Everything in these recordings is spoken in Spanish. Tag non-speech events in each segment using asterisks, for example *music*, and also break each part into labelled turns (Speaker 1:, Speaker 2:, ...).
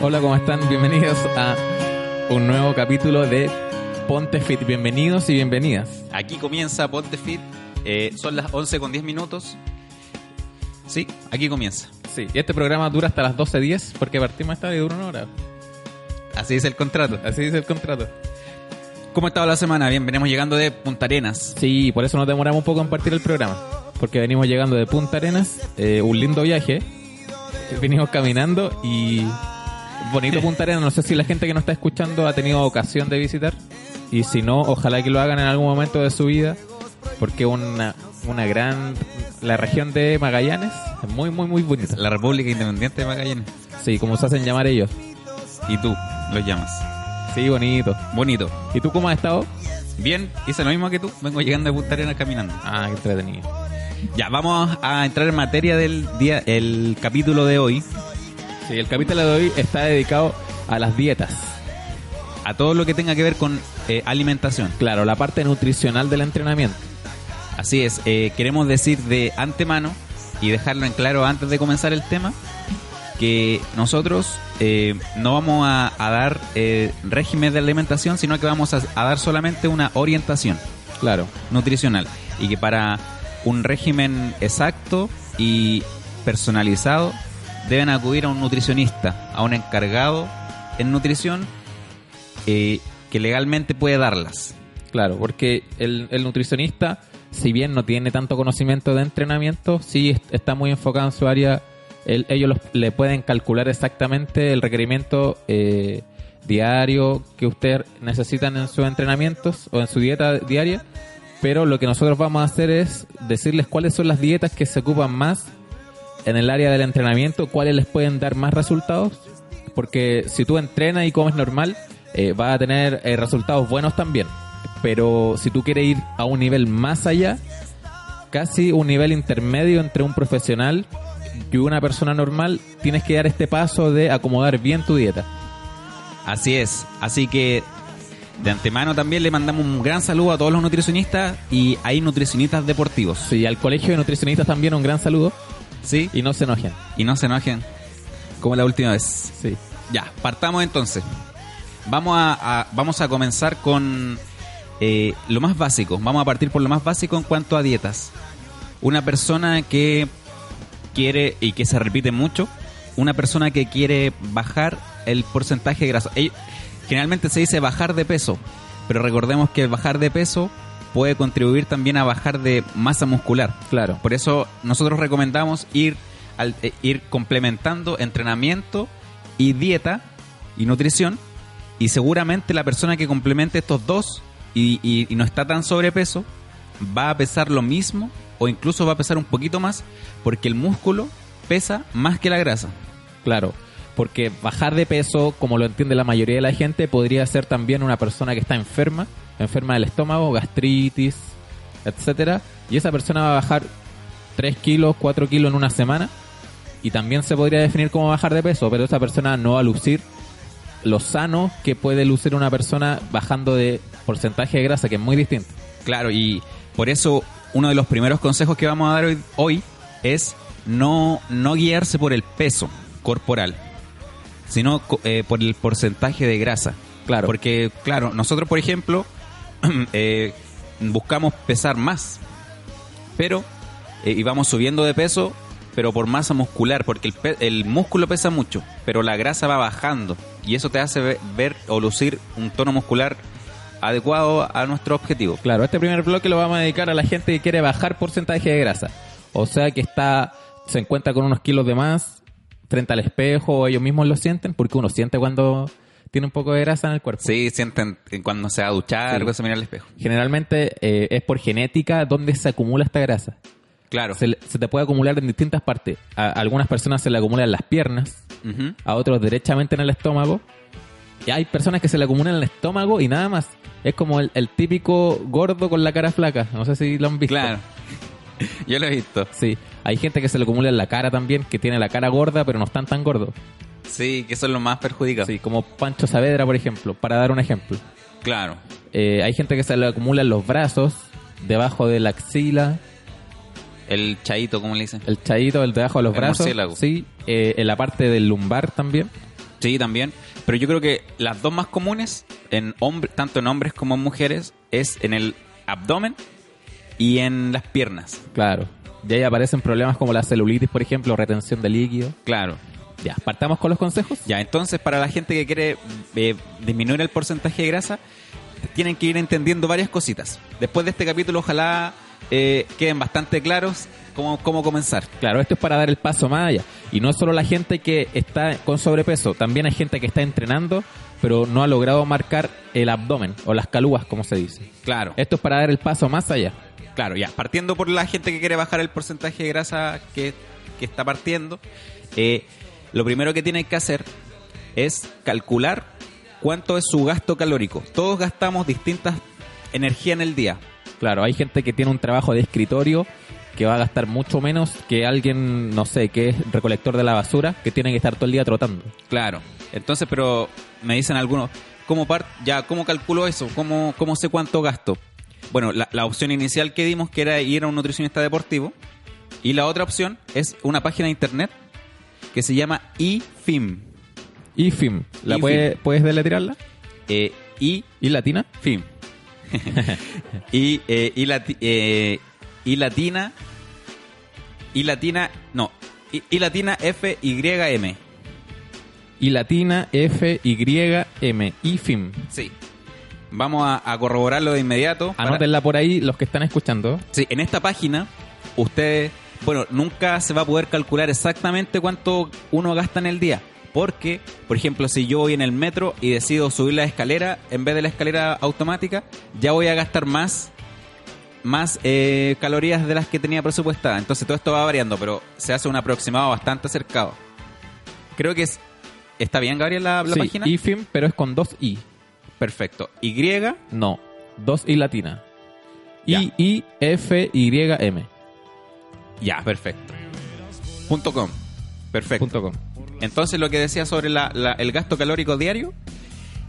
Speaker 1: Hola, ¿cómo están? Bienvenidos a un nuevo capítulo de Ponte Fit. Bienvenidos y bienvenidas.
Speaker 2: Aquí comienza Ponte Fit. Eh, son las 11 con 10 minutos. Sí, aquí comienza.
Speaker 1: Sí, y este programa dura hasta las 12.10 porque partimos esta y dura una hora.
Speaker 2: Así es el contrato.
Speaker 1: Así dice el contrato.
Speaker 2: ¿Cómo ha estado la semana? Bien, venimos llegando de Punta Arenas.
Speaker 1: Sí, por eso nos demoramos un poco en partir el programa. Porque venimos llegando de Punta Arenas, eh, un lindo viaje. Venimos caminando y. Bonito Punta Arenas. No sé si la gente que nos está escuchando ha tenido ocasión de visitar. Y si no, ojalá que lo hagan en algún momento de su vida. Porque una, una gran. La región de Magallanes es muy, muy, muy bonita.
Speaker 2: La República Independiente de Magallanes.
Speaker 1: Sí, como se hacen llamar ellos.
Speaker 2: Y tú los llamas.
Speaker 1: Sí, bonito.
Speaker 2: Bonito.
Speaker 1: ¿Y tú cómo has estado?
Speaker 2: Bien, hice lo mismo que tú. Vengo llegando de Punta Arenas caminando.
Speaker 1: Ah, qué entretenido.
Speaker 2: Ya, vamos a entrar en materia del día, el capítulo de hoy.
Speaker 1: Sí, el capítulo de hoy está dedicado a las dietas.
Speaker 2: A todo lo que tenga que ver con eh, alimentación.
Speaker 1: Claro, la parte nutricional del entrenamiento.
Speaker 2: Así es, eh, queremos decir de antemano y dejarlo en claro antes de comenzar el tema, que nosotros eh, no vamos a, a dar eh, régimen de alimentación, sino que vamos a, a dar solamente una orientación
Speaker 1: Claro.
Speaker 2: nutricional y que para un régimen exacto y personalizado deben acudir a un nutricionista, a un encargado en nutrición eh, que legalmente puede darlas.
Speaker 1: Claro, porque el, el nutricionista, si bien no tiene tanto conocimiento de entrenamiento, sí est- está muy enfocado en su área. El- ellos los- le pueden calcular exactamente el requerimiento eh, diario que usted necesitan en sus entrenamientos o en su dieta diaria. Pero lo que nosotros vamos a hacer es decirles cuáles son las dietas que se ocupan más en el área del entrenamiento, cuáles les pueden dar más resultados. Porque si tú entrenas y comes normal, eh, vas a tener eh, resultados buenos también. Pero si tú quieres ir a un nivel más allá, casi un nivel intermedio entre un profesional y una persona normal, tienes que dar este paso de acomodar bien tu dieta.
Speaker 2: Así es, así que de antemano también le mandamos un gran saludo a todos los nutricionistas y hay nutricionistas deportivos,
Speaker 1: Sí, al colegio de nutricionistas también un gran saludo
Speaker 2: ¿sí?
Speaker 1: y no se enojen.
Speaker 2: Y no se enojen como la última vez.
Speaker 1: Sí.
Speaker 2: Ya, partamos entonces. Vamos a, a- vamos a comenzar con eh, lo más básico. Vamos a partir por lo más básico en cuanto a dietas. Una persona que quiere, y que se repite mucho, una persona que quiere bajar el porcentaje de grasa. Ey, Generalmente se dice bajar de peso, pero recordemos que el bajar de peso puede contribuir también a bajar de masa muscular.
Speaker 1: Claro.
Speaker 2: Por eso nosotros recomendamos ir, al- eh, ir complementando entrenamiento y dieta y nutrición. Y seguramente la persona que complemente estos dos y, y- y no está tan sobrepeso va a pesar lo mismo o incluso va a pesar un poquito más porque el músculo pesa más que la grasa.
Speaker 1: Claro, porque bajar de peso, como lo entiende la mayoría de la gente, podría ser también una persona que está enferma, enferma del estómago, gastritis, etcétera, y esa persona va a bajar 3 kilos, 4 kilos en una semana, y también se podría definir como bajar de peso, pero esa persona no va a lucir lo sano que puede lucir una persona bajando de porcentaje de grasa, que es muy distinto.
Speaker 2: Claro, y por eso uno de los primeros consejos que vamos a dar hoy, hoy es no, no guiarse por el peso corporal, sino co- eh, por el porcentaje de grasa.
Speaker 1: Claro.
Speaker 2: Porque, claro, nosotros, por ejemplo, *clears throat* eh, buscamos pesar más, pero, eh, y vamos subiendo de peso, pero por masa muscular, porque el, pe- el músculo pesa mucho, pero la grasa va bajando, y eso te hace ve- ver o lucir un tono muscular adecuado a nuestro objetivo.
Speaker 1: Claro, este primer bloque lo vamos a dedicar a la gente que quiere bajar porcentaje de grasa. O sea que está, se encuentra con unos kilos de más frente al espejo, o ellos mismos lo sienten, porque uno siente cuando tiene un poco de grasa en el cuerpo.
Speaker 2: Sí, sienten en cuando se va a duchar,
Speaker 1: Sí.
Speaker 2: cuando se mira al espejo.
Speaker 1: Generalmente eh, es por genética donde se acumula esta grasa.
Speaker 2: Claro.
Speaker 1: Se, le- se te puede acumular en distintas partes. A algunas personas se le acumulan en las piernas,
Speaker 2: Ujú.
Speaker 1: a otros derechamente en el estómago. Y hay personas que se le acumulan en el estómago y nada más. Es como el, el típico gordo con la cara flaca. No sé si lo han visto.
Speaker 2: Claro. *laughs* Yo lo he visto.
Speaker 1: Sí, hay gente que se le acumula en la cara también, que tiene la cara gorda, pero no están tan gordos.
Speaker 2: Sí, que son los más perjudicados.
Speaker 1: Sí, como Pancho Saavedra, por ejemplo, para dar un ejemplo.
Speaker 2: Claro.
Speaker 1: Eh, hay gente que se le acumula en los brazos, debajo de la axila,
Speaker 2: El chaito, como le dicen.
Speaker 1: el chadito, el debajo de los
Speaker 2: El
Speaker 1: brazos.
Speaker 2: murciélago.
Speaker 1: Sí, eh, en la parte del lumbar también.
Speaker 2: Sí, también. Pero yo creo que las dos más comunes, en hombre, tanto en hombres como en mujeres, es en el abdomen y en las piernas.
Speaker 1: Claro. Y ahí aparecen problemas como la celulitis, por ejemplo, retención de líquido.
Speaker 2: Claro.
Speaker 1: Ya, partamos con los consejos.
Speaker 2: Ya, entonces para la gente que quiere eh, disminuir el porcentaje de grasa, tienen que ir entendiendo varias cositas. Después de este capítulo, ojalá eh, queden bastante claros cómo, cómo comenzar.
Speaker 1: Claro, esto es para dar el paso más allá. Y no solo la gente que está con sobrepeso, también hay gente que está entrenando, pero no ha logrado marcar el abdomen o las calúas, como se dice.
Speaker 2: Claro,
Speaker 1: Esto es para dar el paso más allá.
Speaker 2: claro, ya. Partiendo por la gente que quiere bajar el porcentaje de grasa que, que está partiendo, eh, lo primero que tienen que hacer es calcular cuánto es su gasto calórico. Todos gastamos distintas energías en el día.
Speaker 1: Claro, hay gente que tiene un trabajo de escritorio que va a gastar mucho menos que alguien, no sé, que es recolector de la basura, que tiene que estar todo el día trotando.
Speaker 2: Claro. Entonces, pero me dicen algunos, ¿cómo par ya cómo calculo eso? ¿Cómo, cómo sé cuánto gasto? Bueno, la, la opción inicial que dimos que era ir a un nutricionista deportivo y la otra opción es una página de internet que se llama IFIM.
Speaker 1: Y FIM, ¿la
Speaker 2: Y
Speaker 1: puede- puedes deletrearla?
Speaker 2: Eh, IFIM.
Speaker 1: ¿Y latina?
Speaker 2: *laughs* y, eh, y, lati- eh, y latina y latina no y, y latina F Y M.
Speaker 1: Y latina F Y M y FIM.
Speaker 2: Sí. Vamos a, a corroborarlo de inmediato. para-
Speaker 1: Anótenla por ahí los que están escuchando.
Speaker 2: Sí, en esta página, usted, bueno, nunca se va a poder calcular exactamente cuánto uno gasta en el día. Porque, por ejemplo, si yo voy en el metro y decido subir la escalera, en vez de la escalera automática, ya voy a gastar más, más eh, calorías de las que tenía presupuestada. Entonces todo esto va variando, pero se hace un aproximado bastante acercado. Creo que es... ¿Está bien, Gabriel, la, la
Speaker 1: sí,
Speaker 2: página?
Speaker 1: y FIM, pero es con dos I.
Speaker 2: Perfecto. Y,
Speaker 1: No, dos I latina.
Speaker 2: Ya.
Speaker 1: I, I, F, Y, M.
Speaker 2: ya, perfecto. Punto .com. Perfecto.
Speaker 1: Punto com.
Speaker 2: Entonces, lo que decía sobre la- la- el gasto calórico diario,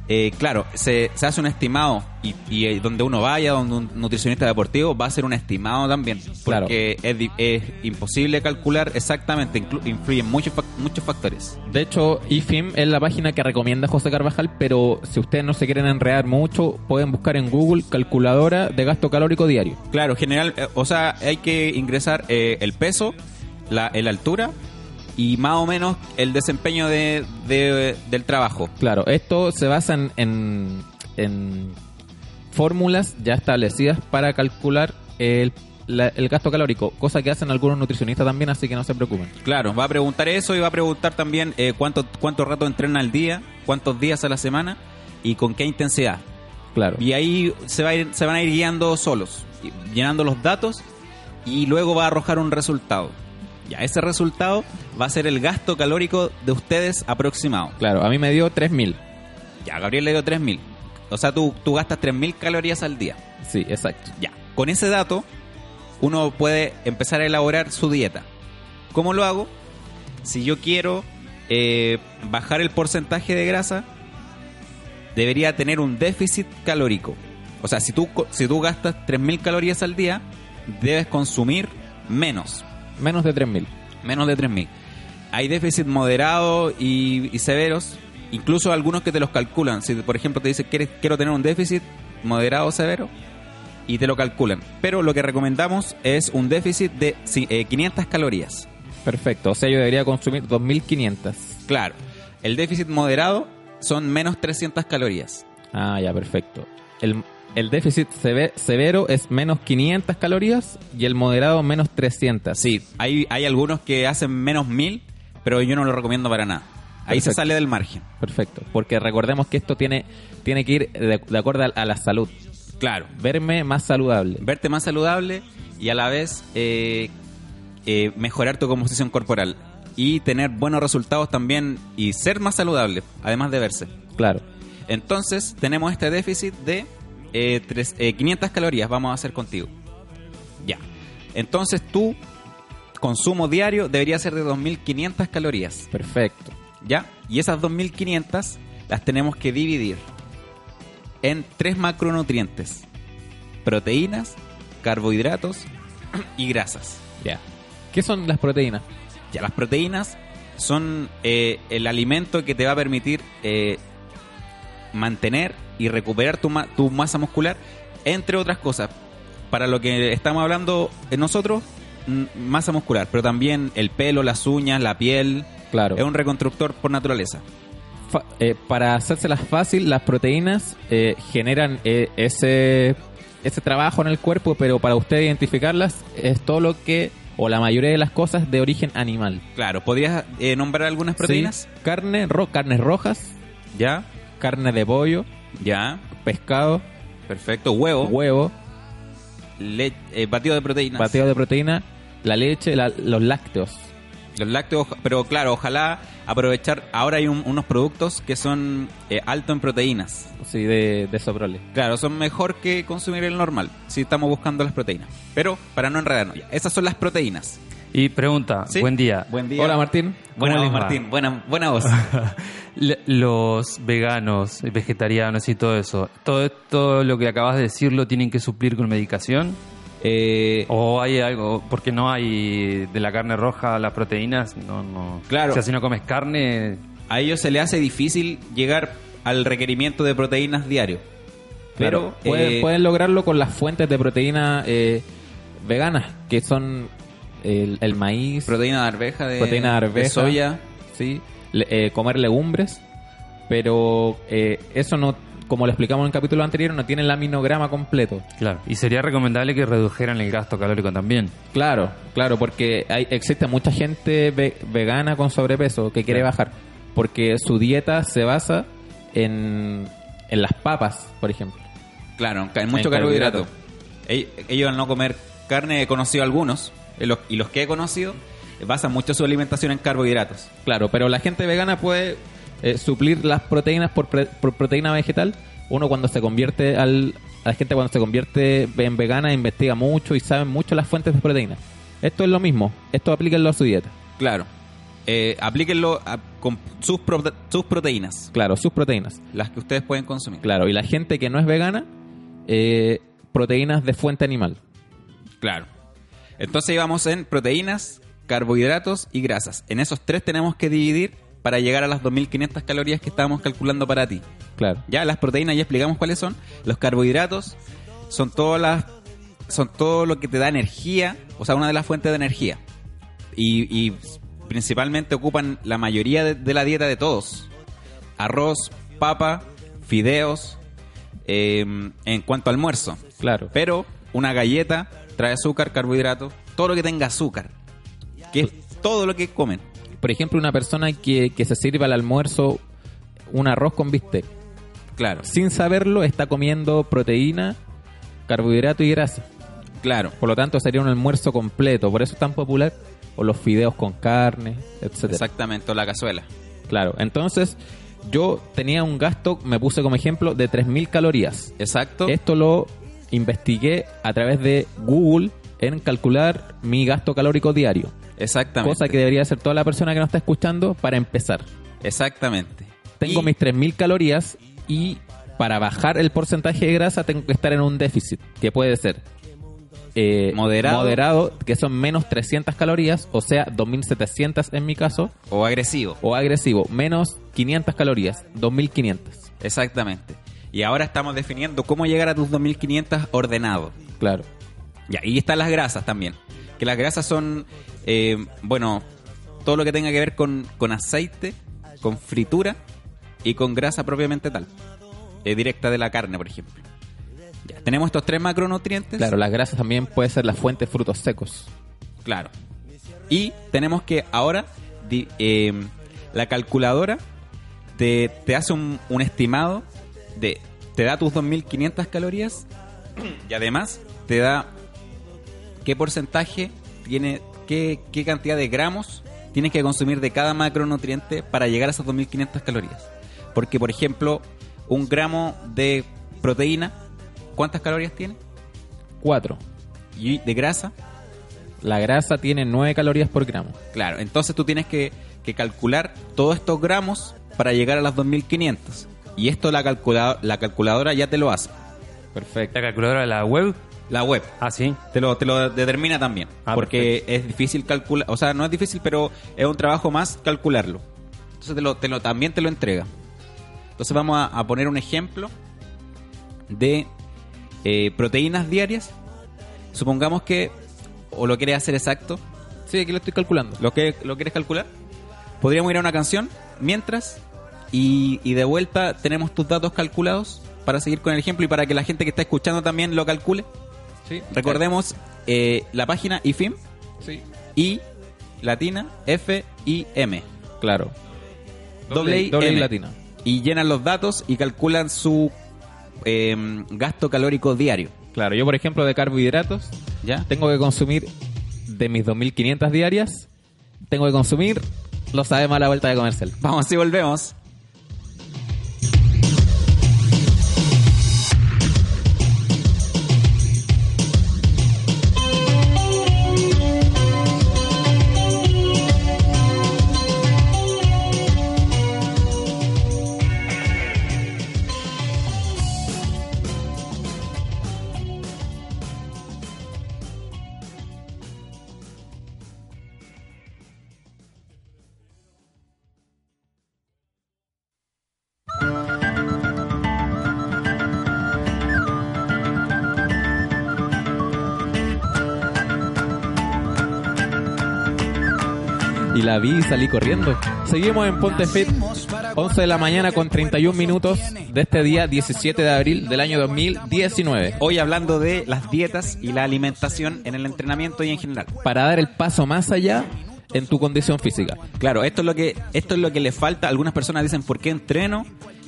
Speaker 2: eh, claro, se, se hace un estimado y, y, eh, donde uno vaya, donde un nutricionista deportivo va a ser un estimado también,
Speaker 1: Claro.
Speaker 2: porque es, di- es imposible calcular exactamente, inclu- influyen muchos, fac- muchos factores.
Speaker 1: De hecho, IFIM es la página que recomienda José Carvajal, pero si ustedes no se quieren enredar mucho, pueden buscar en Google calculadora de gasto calórico diario.
Speaker 2: Claro, general, eh, o sea, hay que ingresar eh, el peso, la el altura y más o menos el desempeño de- de- del trabajo.
Speaker 1: Claro, esto se basa en, en, en fórmulas ya establecidas para calcular el, la- el gasto calórico, cosa que hacen algunos nutricionistas también, así que no se preocupen.
Speaker 2: Claro, va a preguntar eso y va a preguntar también eh, cuánto, cuánto rato entrena al día, cuántos días a la semana y con qué intensidad.
Speaker 1: Claro.
Speaker 2: Y ahí se, va a ir- se van a ir guiando solos, y- llenando los datos y luego va a arrojar un resultado. Ya, ese resultado va a ser el gasto calórico de ustedes aproximado.
Speaker 1: Claro, a mí me dio 3000.
Speaker 2: Ya, Gabriel le dio 3.000. O sea, tú, tú gastas 3.000 calorías al día.
Speaker 1: Sí, exacto.
Speaker 2: Ya, con ese dato uno puede empezar a elaborar su dieta. ¿Cómo lo hago? Si yo quiero eh, bajar el porcentaje de grasa, debería tener un déficit calórico. O sea, si tú, co- si tú gastas 3.000 calorías al día, debes consumir menos,
Speaker 1: Menos de 3000.
Speaker 2: menos de 3.000. Hay déficit moderado y, y severos, incluso algunos que te los calculan. Si, por ejemplo, te dicen, "Quieres- quiero tener un déficit moderado o severo, y te lo calculan. Pero lo que recomendamos es un déficit de ci- eh, 500 calorías.
Speaker 1: Perfecto, o sea, yo debería consumir 2500.
Speaker 2: Claro, el déficit moderado son menos 300 calorías.
Speaker 1: Ah, ya, perfecto. El, el déficit seve- severo es menos 500 calorías y el moderado menos 300.
Speaker 2: Sí, hay, hay algunos que hacen menos 1000, pero yo no lo recomiendo para nada. Ahí se
Speaker 1: Perfecto.
Speaker 2: sale del margen.
Speaker 1: Perfecto, porque recordemos que esto tiene, tiene que ir de, de acuerdo a, a la salud.
Speaker 2: Claro,
Speaker 1: Verme más saludable.
Speaker 2: verte más saludable y a la vez eh, eh, mejorar tu composición corporal y tener buenos resultados también y ser más saludable, además de verse.
Speaker 1: Claro,
Speaker 2: Entonces tenemos este déficit de eh, tres- eh, 500 calorías, vamos a hacer contigo. Ya. Entonces tu consumo diario debería ser de 2.500 calorías,
Speaker 1: perfecto.
Speaker 2: ¿ya? Y esas 2.500 las tenemos que dividir en tres macronutrientes. Proteínas, carbohidratos y grasas.
Speaker 1: Ya. ¿Qué son las proteínas?
Speaker 2: Ya las proteínas son eh, el alimento que te va a permitir eh, mantener y recuperar tu, ma- tu masa muscular, entre otras cosas. Para lo que estamos hablando eh, nosotros, mm, masa muscular, pero también el pelo, las uñas, la piel.
Speaker 1: Claro.
Speaker 2: Es un reconstructor por naturaleza.
Speaker 1: Fa- eh, para hacérselas fácil, las proteínas eh, generan eh, ese, ese trabajo en el cuerpo, pero para usted identificarlas es todo lo que, o la mayoría de las cosas, de origen animal.
Speaker 2: Claro, ¿podrías eh, nombrar algunas proteínas?
Speaker 1: Sí, Carne, ro- carnes rojas,
Speaker 2: Ya,
Speaker 1: carne de pollo,
Speaker 2: ya,
Speaker 1: pescado,
Speaker 2: perfecto. Huevo,
Speaker 1: huevo,
Speaker 2: le- eh, batido de proteínas.
Speaker 1: bateo de proteína, la leche, la- los lácteos.
Speaker 2: Los lácteos, pero claro, ojalá aprovechar. Ahora hay un- unos productos que son eh, alto en proteínas.
Speaker 1: Sí, de, de soprole.
Speaker 2: Claro, son mejor que consumir el normal, si estamos buscando las proteínas. Pero para no enredarnos, ya, esas son las proteínas.
Speaker 3: Y pregunta,
Speaker 2: ¿sí?
Speaker 3: buen día.
Speaker 2: Buen día.
Speaker 1: Hola Martín.
Speaker 2: Buena voz,
Speaker 3: ¿Cómo les va?
Speaker 2: Martín. Buena, buena voz.
Speaker 3: Le- Los veganos, vegetarianos y todo eso, ¿todo esto lo que acabas de decir lo tienen que suplir con medicación?
Speaker 2: Eh,
Speaker 3: ¿O hay algo? Porque no hay de la carne roja a las proteínas, no, no.
Speaker 2: Claro.
Speaker 3: O sea, si no comes carne,
Speaker 2: a ellos se les hace difícil llegar al requerimiento de proteínas diario.
Speaker 1: Pero
Speaker 2: Pero
Speaker 1: pueden,
Speaker 2: eh,
Speaker 1: pueden lograrlo con las fuentes de proteína eh, veganas, que son el, el maíz,
Speaker 2: proteína de arveja, de,
Speaker 1: proteína de arveja,
Speaker 2: soya.
Speaker 1: ¿sí? Le- eh, comer legumbres, pero eh, eso no, como lo explicamos en el capítulo anterior, no tiene el aminograma completo.
Speaker 3: claro. Y sería recomendable que redujeran el gasto calórico también.
Speaker 1: Claro, claro, porque hay, existe mucha gente ve- vegana con sobrepeso que quiere bajar, porque su dieta se basa en, en las papas, por ejemplo.
Speaker 2: Claro, ca- mucho
Speaker 1: En
Speaker 2: carbohidrato.
Speaker 1: carbohidrato.
Speaker 2: Ell- Ellos al no comer carne, he conocido algunos, eh, los- y los que he conocido, eh, basan mucho su alimentación en carbohidratos.
Speaker 1: Claro, pero la gente vegana puede eh, suplir las proteínas por, pre- por proteína vegetal. Uno cuando se convierte al... a La gente cuando se convierte en vegana investiga mucho y sabe mucho las fuentes de proteína. Esto es lo mismo. Esto aplíquenlo a su dieta.
Speaker 2: Claro. Eh, aplíquenlo a- con sus, prote- sus proteínas,
Speaker 1: Claro, sus proteínas.
Speaker 2: las que ustedes pueden consumir.
Speaker 1: Claro, y la gente que no es vegana, eh, proteínas de fuente animal.
Speaker 2: Claro. Entonces íbamos en proteínas, carbohidratos y grasas. En esos tres tenemos que dividir para llegar a las 2.500 calorías que estábamos calculando para ti.
Speaker 1: Claro.
Speaker 2: Ya las proteínas ya explicamos cuáles son. Los carbohidratos son todas las son todo lo que te da energía, o sea, una de las fuentes de energía. Y, y principalmente ocupan la mayoría de, de la dieta de todos. Arroz, papa, fideos, eh, en cuanto a almuerzo.
Speaker 1: Claro.
Speaker 2: Pero una galleta trae azúcar, carbohidrato, todo lo que tenga azúcar, que es todo lo que comen.
Speaker 1: Por ejemplo, una persona que, que se sirve al almuerzo un arroz con bistec.
Speaker 2: Claro,
Speaker 1: Sin saberlo, está comiendo proteína, carbohidrato y grasa.
Speaker 2: claro.
Speaker 1: Por lo tanto, sería un almuerzo completo. Por eso es tan popular. O los fideos con carne, etcétera.
Speaker 2: Exactamente, o la cazuela.
Speaker 1: Claro. Entonces, yo tenía un gasto, me puse como ejemplo, de 3.000 calorías.
Speaker 2: Exacto.
Speaker 1: Esto lo investigué a través de Google en calcular mi gasto calórico diario.
Speaker 2: Exactamente.
Speaker 1: Cosa que debería hacer toda la persona que nos está escuchando para empezar.
Speaker 2: Exactamente.
Speaker 1: Tengo
Speaker 2: Y-
Speaker 1: mis 3.000 calorías y para bajar el porcentaje de grasa tengo que estar en un déficit, que puede ser eh,
Speaker 2: Moderado.
Speaker 1: moderado, que son menos 300 calorías, o sea, 2.700 en mi caso,
Speaker 2: O agresivo.
Speaker 1: o agresivo, menos 500 calorías, 2.500.
Speaker 2: Exactamente. Y ahora estamos definiendo cómo llegar a tus 2500 ordenado.
Speaker 1: Claro.
Speaker 2: Y ahí están las grasas también. Que las grasas son, eh, bueno, todo lo que tenga que ver con, con aceite, con fritura y con grasa propiamente tal. Eh, directa de la carne, por ejemplo. Ya, tenemos estos tres macronutrientes.
Speaker 1: Claro, las grasas también puede ser la fuente de frutos secos.
Speaker 2: Claro. Y tenemos que ahora di- eh, la calculadora te, te hace un, un estimado de te da tus 2500 calorías y además te da qué porcentaje tiene qué, qué cantidad de gramos tienes que consumir de cada macronutriente para llegar a esas 2500 calorías. Porque por ejemplo, un gramo de proteína, ¿cuántas calorías tiene?
Speaker 1: 4.
Speaker 2: Y de grasa,
Speaker 1: La grasa tiene 9 calorías por gramo.
Speaker 2: Claro, entonces tú tienes que, que calcular todos estos gramos para llegar a las 2500. Y esto la, calcula- la calculadora ya te lo hace.
Speaker 1: Perfecto.
Speaker 3: La calculadora de la web
Speaker 2: La web.
Speaker 3: Ah, sí.
Speaker 2: Te lo, te lo determina también.
Speaker 3: Ah,
Speaker 2: porque es difícil calcular, o sea, no es difícil, pero es un trabajo más calcularlo. Entonces te lo, te lo- también te lo entrega. Entonces vamos a, a poner un ejemplo de eh, proteínas diarias. Supongamos que, o lo quieres hacer exacto,
Speaker 1: Sí, aquí lo estoy calculando.
Speaker 2: ¿Lo, que, ¿Lo quieres calcular? Podríamos ir a una canción mientras y, y de vuelta tenemos tus datos calculados para seguir con el ejemplo y para que la gente que está escuchando también lo calcule.
Speaker 1: Sí.
Speaker 2: Recordemos eh, la página IFIM,
Speaker 1: Sí.
Speaker 2: I latina, F, I, M.
Speaker 1: Claro.
Speaker 2: Doble I,
Speaker 1: doble I
Speaker 2: M.
Speaker 1: latina.
Speaker 2: Y llenan los datos y calculan su em, gasto calórico diario.
Speaker 1: Claro, yo por ejemplo de carbohidratos
Speaker 2: ¿Ya?
Speaker 1: tengo que consumir de mis 2.500 diarias, tengo que consumir, lo sabemos a la vuelta de comercial.
Speaker 2: Vamos y volvemos.
Speaker 1: Y la vi y salí corriendo. Seguimos en Ponte Fit, 11 de la mañana con 31 minutos de este día 17 de abril del año 2019.
Speaker 2: Hoy hablando de las dietas y la alimentación en el entrenamiento y en general.
Speaker 1: Para dar el paso más allá en tu condición física.
Speaker 2: Claro, esto es lo que esto es lo que le falta. Algunas personas dicen por qué entreno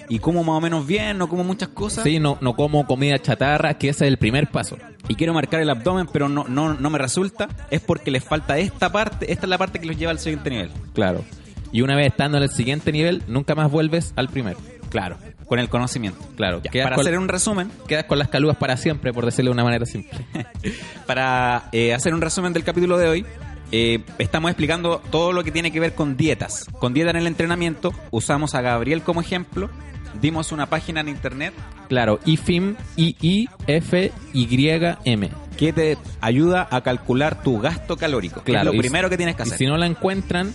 Speaker 2: y como más o menos bien, no como muchas cosas.
Speaker 1: Sí, no, no como comida chatarra, que ese es el primer paso.
Speaker 2: Y quiero marcar el abdomen, pero no, no, no me resulta. Es porque les falta esta parte. Esta es la parte que los lleva al siguiente nivel.
Speaker 1: Claro. Y una vez estando en el siguiente nivel, nunca más vuelves al primero. Claro.
Speaker 2: Con el conocimiento.
Speaker 1: Claro.
Speaker 2: Ya,
Speaker 1: quedas,
Speaker 2: para
Speaker 1: con,
Speaker 2: hacer un resumen,
Speaker 1: quedas con las calugas para siempre, por decirlo de una manera simple.
Speaker 2: para eh, hacer un resumen del capítulo de hoy, eh, estamos explicando todo lo que tiene que ver con dietas. Con dieta en el entrenamiento, usamos a Gabriel como ejemplo. Dimos una página en internet
Speaker 1: Claro. IFIM, I, I, F, Y, M.
Speaker 2: que te ayuda a calcular tu gasto calórico. que
Speaker 1: Claro,
Speaker 2: es
Speaker 1: y
Speaker 2: lo
Speaker 1: si-
Speaker 2: primero que tienes que
Speaker 1: Y
Speaker 2: hacer.
Speaker 1: si no la encuentran,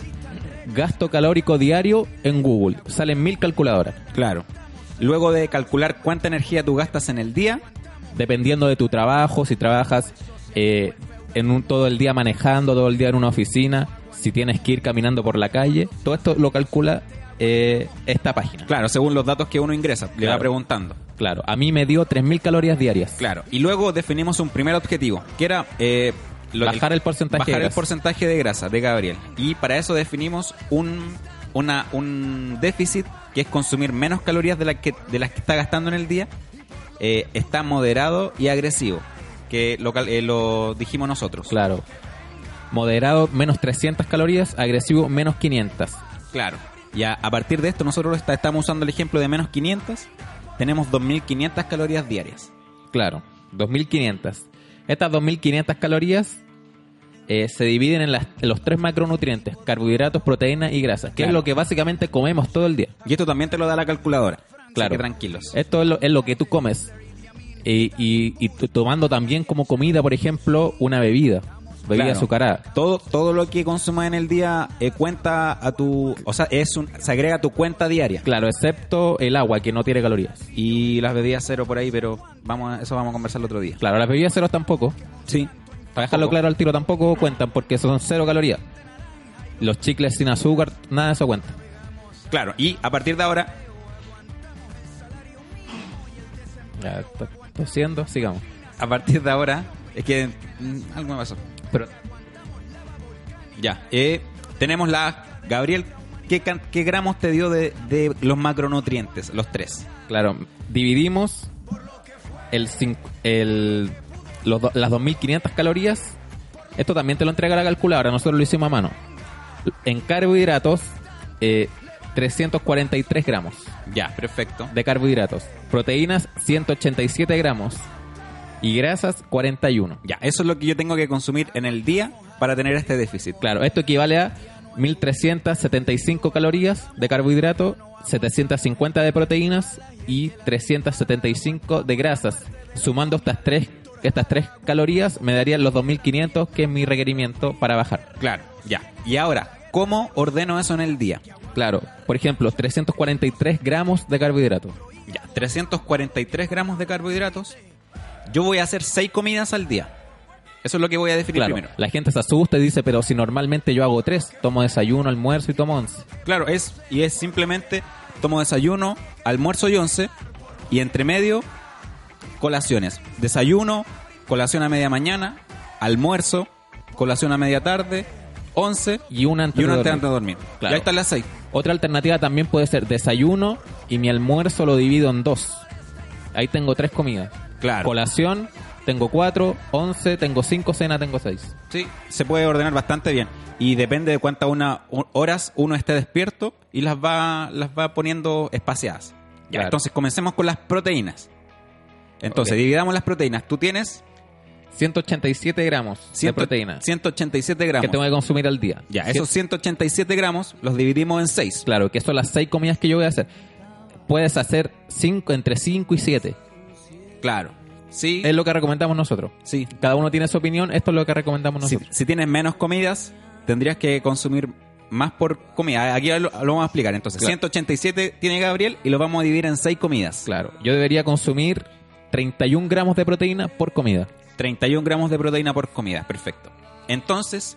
Speaker 1: gasto calórico diario en Google. Salen mil calculadoras.
Speaker 2: Claro. Luego de calcular cuánta energía tú gastas en el día,
Speaker 1: Dependiendo de tu trabajo, si trabajas eh, en un, todo el día manejando, todo el día en una oficina, si tienes que ir caminando por la calle, todo esto lo calcula eh, esta página.
Speaker 2: claro, según los datos que uno ingresa, le va
Speaker 1: Claro.
Speaker 2: preguntando.
Speaker 1: Claro, a mí me dio 3.000 calorías diarias.
Speaker 2: Claro. Y luego definimos un primer objetivo, que era eh, lo-
Speaker 1: Bajar el porcentaje
Speaker 2: bajar
Speaker 1: de
Speaker 2: el
Speaker 1: grasa.
Speaker 2: porcentaje de grasa de Gabriel. Y para eso definimos un, una- un déficit que es consumir menos calorías de, las que, de las que está gastando en el día. Eh, está moderado y agresivo, que lo, cal- eh, lo dijimos nosotros.
Speaker 1: Claro. Moderado, menos 300 calorías. Agresivo, menos 500.
Speaker 2: Claro. Y a, a partir de esto, nosotros está- estamos usando el ejemplo de menos 500. Tenemos 2.500 calorías diarias.
Speaker 1: Claro, 2.500. Estas 2.500 calorías eh, se dividen en, las- en los tres macronutrientes, carbohidratos, proteínas y grasas, que es
Speaker 2: Claro.
Speaker 1: lo que básicamente comemos todo el día.
Speaker 2: Y esto también te lo da la calculadora.
Speaker 1: Claro.
Speaker 2: Así que tranquilos. Eh,
Speaker 1: Esto es lo, es lo que tú comes. Y, y- y t- tomando también como comida, por ejemplo, una bebida, bebida
Speaker 2: Claro.
Speaker 1: azucarada.
Speaker 2: Todo, todo lo que consumas en el día eh, cuenta a tu. O sea, es un, se agrega a tu cuenta diaria.
Speaker 1: Claro, excepto el agua, que no tiene calorías.
Speaker 2: Y las bebidas cero por ahí, pero vamos a- eso vamos a conversar el otro día.
Speaker 1: Claro, las bebidas cero tampoco.
Speaker 2: Sí.
Speaker 1: Para dejarlo claro al tiro tampoco cuentan, porque son cero calorías. Los chicles sin azúcar, nada de eso cuenta.
Speaker 2: Claro. Y a partir de ahora,
Speaker 1: Ya, está tosiendo, sigamos.
Speaker 2: a partir de ahora, es que mm, algo me pasó.
Speaker 1: Pero
Speaker 2: Ya. Eh, tenemos la. Gabriel, ¿qué, can- qué gramos te dio de, de los macronutrientes? Los tres.
Speaker 1: Claro, dividimos el, cinc- el los do- las 2500 calorías. Esto también te lo entrega la calculadora, nosotros lo hicimos a mano. En carbohidratos, eh, 343 gramos
Speaker 2: Ya, perfecto.
Speaker 1: de carbohidratos. Proteínas, 187 gramos. Y grasas, 41.
Speaker 2: Ya, eso es lo que yo tengo que consumir en el día para tener este déficit.
Speaker 1: Claro, esto equivale a 1375 calorías de carbohidrato, 750 de proteínas y 375 de grasas. Sumando estas tres estas tres calorías me darían los 2500, que es mi requerimiento para bajar.
Speaker 2: Claro, ya. Y ahora, ¿cómo ordeno eso en el día?
Speaker 1: Claro, por ejemplo, 343 gramos de carbohidratos.
Speaker 2: Ya, 343 gramos de carbohidratos. Yo voy a hacer 6 comidas al día. Eso es lo que voy a definir
Speaker 1: Claro,
Speaker 2: primero.
Speaker 1: la gente se asusta y dice, pero si normalmente yo hago tres, tomo desayuno, almuerzo y tomo once.
Speaker 2: Claro, es y es simplemente tomo desayuno, almuerzo y once y entre medio colaciones. Desayuno, colación a media mañana, almuerzo, colación a media tarde, once
Speaker 1: Y una antes
Speaker 2: y una
Speaker 1: de
Speaker 2: antes
Speaker 1: dormir.
Speaker 2: de dormir.
Speaker 1: Claro.
Speaker 2: Ya están las seis.
Speaker 1: Otra alternativa también puede ser desayuno y mi almuerzo lo divido en dos. Ahí tengo tres comidas.
Speaker 2: Claro.
Speaker 1: Colación, tengo cuatro, once, tengo cinco, cena, tengo seis.
Speaker 2: Sí, se puede ordenar bastante bien y depende de cuántas una- u- horas uno esté despierto y las va las va poniendo espaciadas. Ya,
Speaker 1: Claro.
Speaker 2: entonces comencemos con las proteínas. Entonces,
Speaker 1: Ok.
Speaker 2: dividamos las proteínas. Tú tienes
Speaker 1: 187 gramos de
Speaker 2: ciento-
Speaker 1: proteína
Speaker 2: 187 gramos.
Speaker 1: que tengo que consumir al día.
Speaker 2: Ya,
Speaker 1: Cien-
Speaker 2: esos 187 gramos los dividimos en 6.
Speaker 1: Claro, que eso son las seis comidas que yo voy a hacer. Puedes hacer cinco, entre 5 y 7.
Speaker 2: Claro. Sí,
Speaker 1: Es lo que recomendamos nosotros.
Speaker 2: sí.
Speaker 1: Cada uno tiene su opinión, esto es lo que recomendamos
Speaker 2: Si,
Speaker 1: nosotros.
Speaker 2: si tienes menos comidas, tendrías que consumir más por comida. Aquí lo, lo vamos a explicar. Entonces,
Speaker 1: Claro.
Speaker 2: 187 tiene Gabriel y lo vamos a dividir en 6 comidas.
Speaker 1: Claro, yo debería consumir 31 gramos de proteína por comida.
Speaker 2: 31 gramos de proteína por comida, perfecto. Entonces,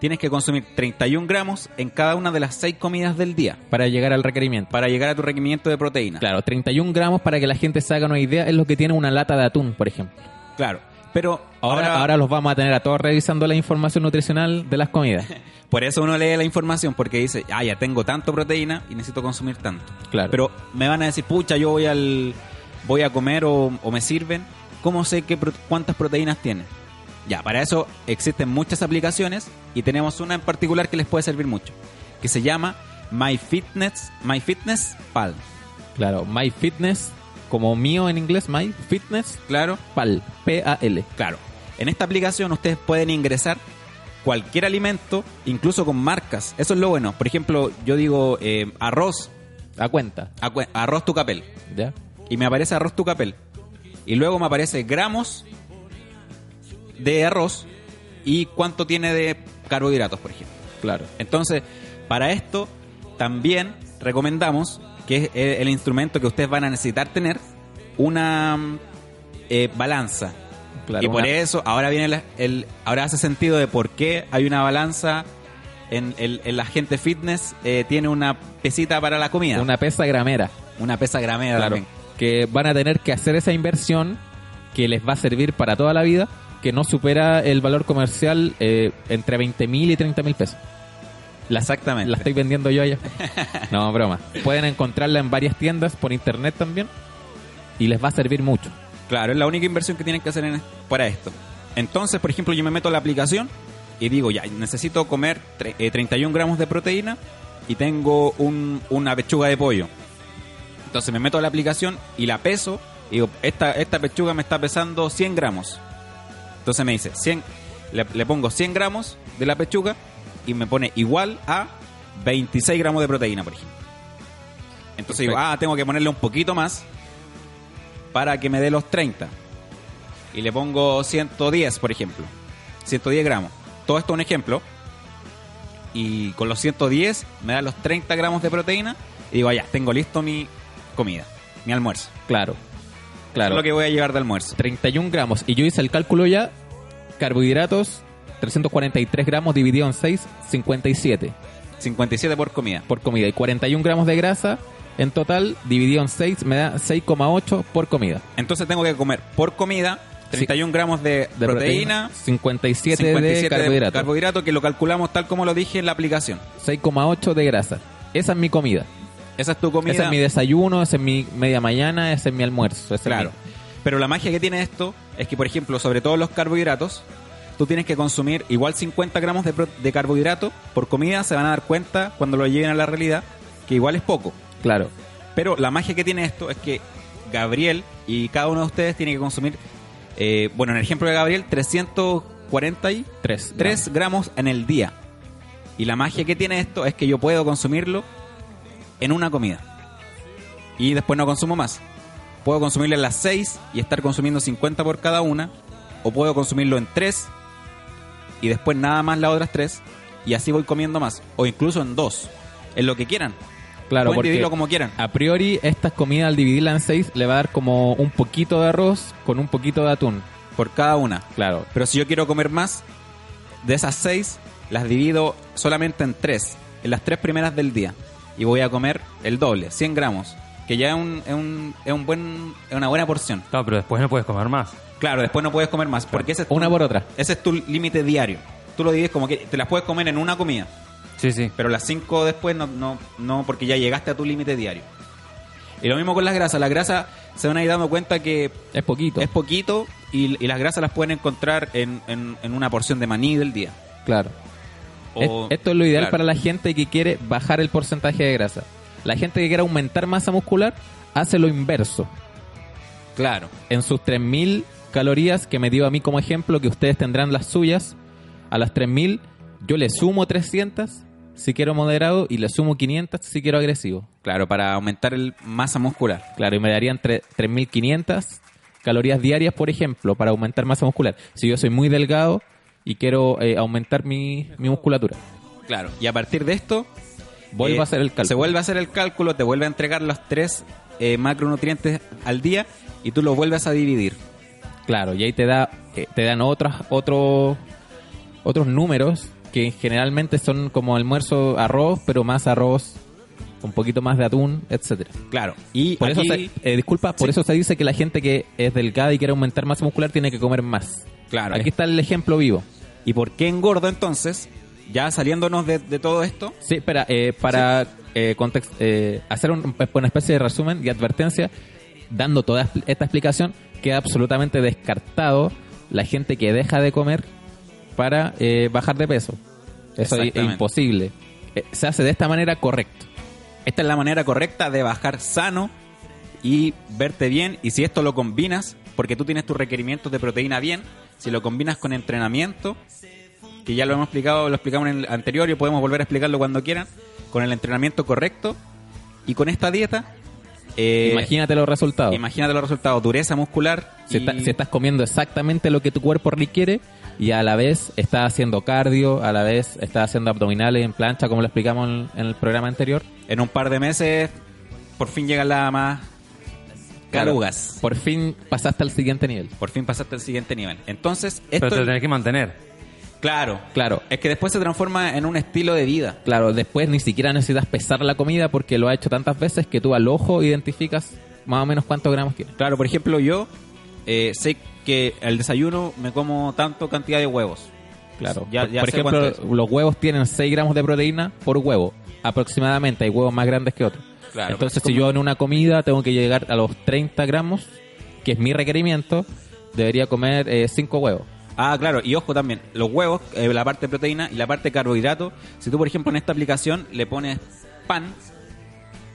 Speaker 2: tienes que consumir 31 gramos en cada una de las 6 comidas del día
Speaker 1: para llegar al requerimiento.
Speaker 2: para llegar a tu requerimiento de proteína.
Speaker 1: Claro, 31 gramos para que la gente se haga una idea es lo que tiene una lata de atún, por ejemplo.
Speaker 2: Claro. Pero
Speaker 1: Ahora, ahora, los vamos a tener a todos revisando la información nutricional de las
Speaker 2: *laughs*
Speaker 1: comidas.
Speaker 2: Por eso uno lee la información, porque dice, ah, ya tengo tanto proteína y necesito consumir tanto.
Speaker 1: Claro.
Speaker 2: Pero me van a decir, pucha, yo voy al voy a comer o, o me sirven. ¿Cómo sé qué, pro- cuántas proteínas tienen? Ya, para eso existen muchas aplicaciones y tenemos una en particular que les puede servir mucho, que se llama MyFitness, MyFitnessPal.
Speaker 1: Claro, My Fitness, como mío en inglés, My Fitness
Speaker 2: Claro,
Speaker 1: Pal, P-A-L.
Speaker 2: claro. En esta aplicación ustedes pueden ingresar cualquier alimento, incluso con marcas. Eso es lo bueno. Por ejemplo, yo digo eh, arroz,
Speaker 1: A cuenta,
Speaker 2: acu- arroz tucapel.
Speaker 1: ¿ya?
Speaker 2: y me aparece arroz tucapel. Y luego me aparece gramos de arroz y cuánto tiene de carbohidratos, por ejemplo.
Speaker 1: Claro.
Speaker 2: Entonces, para esto también recomendamos, que es eh, el instrumento que ustedes van a necesitar tener, una mm, eh, balanza.
Speaker 1: claro
Speaker 2: y por
Speaker 1: una-
Speaker 2: eso ahora viene la- el, ahora hace sentido de por qué hay una balanza en, el- en la gente fitness eh, tiene una pesita para la comida, una,
Speaker 1: una pesa gramera.
Speaker 2: pesa gramera
Speaker 1: Claro.
Speaker 2: también.
Speaker 1: Que van a tener que hacer esa inversión que les va a servir para toda la vida, que no supera el valor comercial eh, entre 20 mil y 30 mil pesos. *laughs*
Speaker 2: Exactamente.
Speaker 1: La estoy vendiendo yo allá. No, broma. Pueden encontrarla en varias tiendas por internet también y les va a servir mucho.
Speaker 2: Claro, es la única inversión que tienen que hacer en- e- para esto. Entonces, por ejemplo, yo me meto a la aplicación y digo, ya, necesito comer tre- eh, 31 gramos de proteína y tengo un- una pechuga de pollo. Entonces me meto a la aplicación y la peso y digo, esta, esta pechuga me está pesando 100 gramos. Entonces me dice, 100, le, le pongo 100 gramos de la pechuga y me pone igual a 26 gramos de proteína, por ejemplo. Entonces digo,
Speaker 1: Perfecto.
Speaker 2: ah, tengo que ponerle un poquito más para que me dé los 30. Y le pongo 110, por ejemplo. 110 gramos. Todo esto es un ejemplo. Y con los 110 me da los 30 gramos de proteína. Y digo, ah, ya, tengo listo mi comida, mi almuerzo.
Speaker 1: Claro. Claro.
Speaker 2: Eso es lo que voy a llevar de almuerzo.
Speaker 1: 31 gramos. Y yo hice el cálculo ya. Carbohidratos, 343 gramos dividido en 6, 57
Speaker 2: 57 por comida.
Speaker 1: por comida. Y 41 gramos de grasa en total dividido en 6 me da 6,8 por comida.
Speaker 2: Entonces tengo que comer por comida 31 gramos de,
Speaker 1: De
Speaker 2: proteína,
Speaker 1: 57,
Speaker 2: 57
Speaker 1: de carbohidratos.
Speaker 2: carbohidrato, que lo calculamos tal como lo dije en la aplicación.
Speaker 1: 6,8 de grasa. Esa es mi comida.
Speaker 2: Esa es tu comida.
Speaker 1: Ese es mi desayuno, ese es mi media mañana, ese es mi almuerzo. ese es
Speaker 2: Claro.
Speaker 1: mi-
Speaker 2: Pero la magia que tiene esto es que, por ejemplo, sobre todo los carbohidratos, tú tienes que consumir igual 50 gramos de, pro- de carbohidrato por comida, se van a dar cuenta cuando lo lleven a la realidad, que igual es poco.
Speaker 1: Claro,
Speaker 2: Pero la magia que tiene esto es que Gabriel y cada uno de ustedes tiene que consumir, eh, bueno, en el ejemplo de Gabriel, 343
Speaker 1: tres.
Speaker 2: gramos en el día. Y la magia que tiene esto es que yo puedo consumirlo en una comida. Y después no consumo más. Puedo consumirle las 6 y estar consumiendo 50 por cada una. o puedo consumirlo en tres y después nada más las otras tres y así voy comiendo más o incluso en dos, en lo que quieran.
Speaker 1: Claro,
Speaker 2: Pueden
Speaker 1: porque
Speaker 2: dividirlo como quieran.
Speaker 1: a priori estas comidas al dividirla en seis le va a dar como un poquito de arroz con un poquito de atún.
Speaker 2: por cada una.
Speaker 1: Claro,
Speaker 2: Pero si yo quiero comer más, de esas seis, las divido solamente en tres, en las tres primeras del día. Y voy a comer el doble, 100 gramos, que ya es, un, es, un, es un buen, es una buena porción.
Speaker 3: Claro, pero después no puedes comer más.
Speaker 2: Claro, después no puedes comer más, porque ese es, tu-
Speaker 1: una por otra.
Speaker 2: ese es tu límite diario. Tú lo divides como que te las puedes comer en una comida,
Speaker 3: Sí, sí.
Speaker 2: pero las cinco después no, no, no porque ya llegaste a tu límite diario. Y lo mismo con las grasas. Las grasas se van a ir dando cuenta que
Speaker 1: Es poquito.
Speaker 2: es poquito y, y las grasas las pueden encontrar en, en- en una porción de maní del día.
Speaker 1: Claro.
Speaker 2: O-
Speaker 1: Es- Esto es lo ideal
Speaker 2: claro.
Speaker 1: para la gente que quiere bajar el porcentaje de grasa. La gente que quiere aumentar masa muscular hace lo inverso.
Speaker 2: Claro.
Speaker 1: En sus 3.000 calorías que me dio a mí como ejemplo, que ustedes tendrán las suyas, a las 3.000 yo le sumo 300 si quiero moderado y le sumo 500 si quiero agresivo.
Speaker 2: Claro, para aumentar el masa muscular.
Speaker 1: Claro, y me darían tre- 3.500 calorías diarias, por ejemplo, para aumentar masa muscular. Si yo soy muy delgado y quiero eh, aumentar mi, mi musculatura.
Speaker 2: Claro. Y a partir de esto...
Speaker 1: Vuelvo
Speaker 2: eh,
Speaker 1: a hacer el cálculo.
Speaker 2: Se vuelve a hacer el cálculo, te vuelve a entregar los tres eh, macronutrientes al día y tú los vuelves a dividir.
Speaker 1: Claro, y ahí te da eh, te dan otros otros otros números que generalmente son como almuerzo arroz, pero más arroz, un poquito más de atún, etcétera.
Speaker 2: Claro. Y
Speaker 1: Por
Speaker 2: aquí-
Speaker 1: eso se- eh, disculpa, por
Speaker 2: Sí.
Speaker 1: eso se dice que la gente que es delgada y quiere aumentar masa muscular tiene que comer más.
Speaker 2: Claro. eh.
Speaker 1: Aquí está el ejemplo vivo.
Speaker 2: ¿Y por qué engordo entonces? Ya saliéndonos de, de todo esto.
Speaker 1: Sí, espera, eh, para eh, context- eh, hacer un- una especie de resumen y advertencia, dando toda esta explicación, queda absolutamente descartado la gente que deja de comer para eh, bajar de peso. Eso es
Speaker 2: Exactamente.
Speaker 1: imposible. Eh, se hace de esta manera correcto.
Speaker 2: Esta es la manera correcta de bajar sano y verte bien. Y si esto lo combinas, porque tú tienes tus requerimientos de proteína bien, si lo combinas con entrenamiento, que ya lo hemos explicado, lo explicamos en el anterior y podemos volver a explicarlo cuando quieran, con el entrenamiento correcto y con esta dieta, eh,
Speaker 1: Imagínate los resultados.
Speaker 2: imagínate los resultados, dureza muscular.
Speaker 1: Si,
Speaker 2: y-
Speaker 1: está- si estás comiendo exactamente lo que tu cuerpo requiere y a la vez estás haciendo cardio, a la vez estás haciendo abdominales en plancha, como lo explicamos en- en el programa anterior,
Speaker 2: en un par de meses, por fin llegan las más
Speaker 1: Claro.
Speaker 2: carugas.
Speaker 1: por fin pasaste al siguiente nivel.
Speaker 2: Por fin pasaste al siguiente nivel. Entonces, esto
Speaker 3: Pero te tenés que mantener.
Speaker 2: claro,
Speaker 1: Claro,
Speaker 2: Es que después se transforma en un estilo de vida.
Speaker 1: Claro, después ni siquiera necesitas pesar la comida porque lo ha hecho tantas veces que tú al ojo identificas más o menos cuántos gramos tiene.
Speaker 2: Claro, por ejemplo, yo eh, sé que al desayuno me como tanto cantidad de huevos.
Speaker 1: Claro.
Speaker 2: Ya-
Speaker 1: por,
Speaker 2: ya
Speaker 1: por
Speaker 2: sé
Speaker 1: ejemplo,
Speaker 2: cuánto
Speaker 1: los huevos tienen 6 gramos de proteína por huevo, aproximadamente. Hay huevos más grandes que otros.
Speaker 2: Claro,
Speaker 1: Entonces,
Speaker 2: pero
Speaker 1: si
Speaker 2: es como-
Speaker 1: yo en una comida tengo que llegar a los 30 gramos, que es mi requerimiento, debería comer 5 huevos.
Speaker 2: Ah, claro, y ojo también, los huevos, eh, la parte de proteína y la parte de carbohidrato. Si tú, por ejemplo, en esta aplicación le pones pan,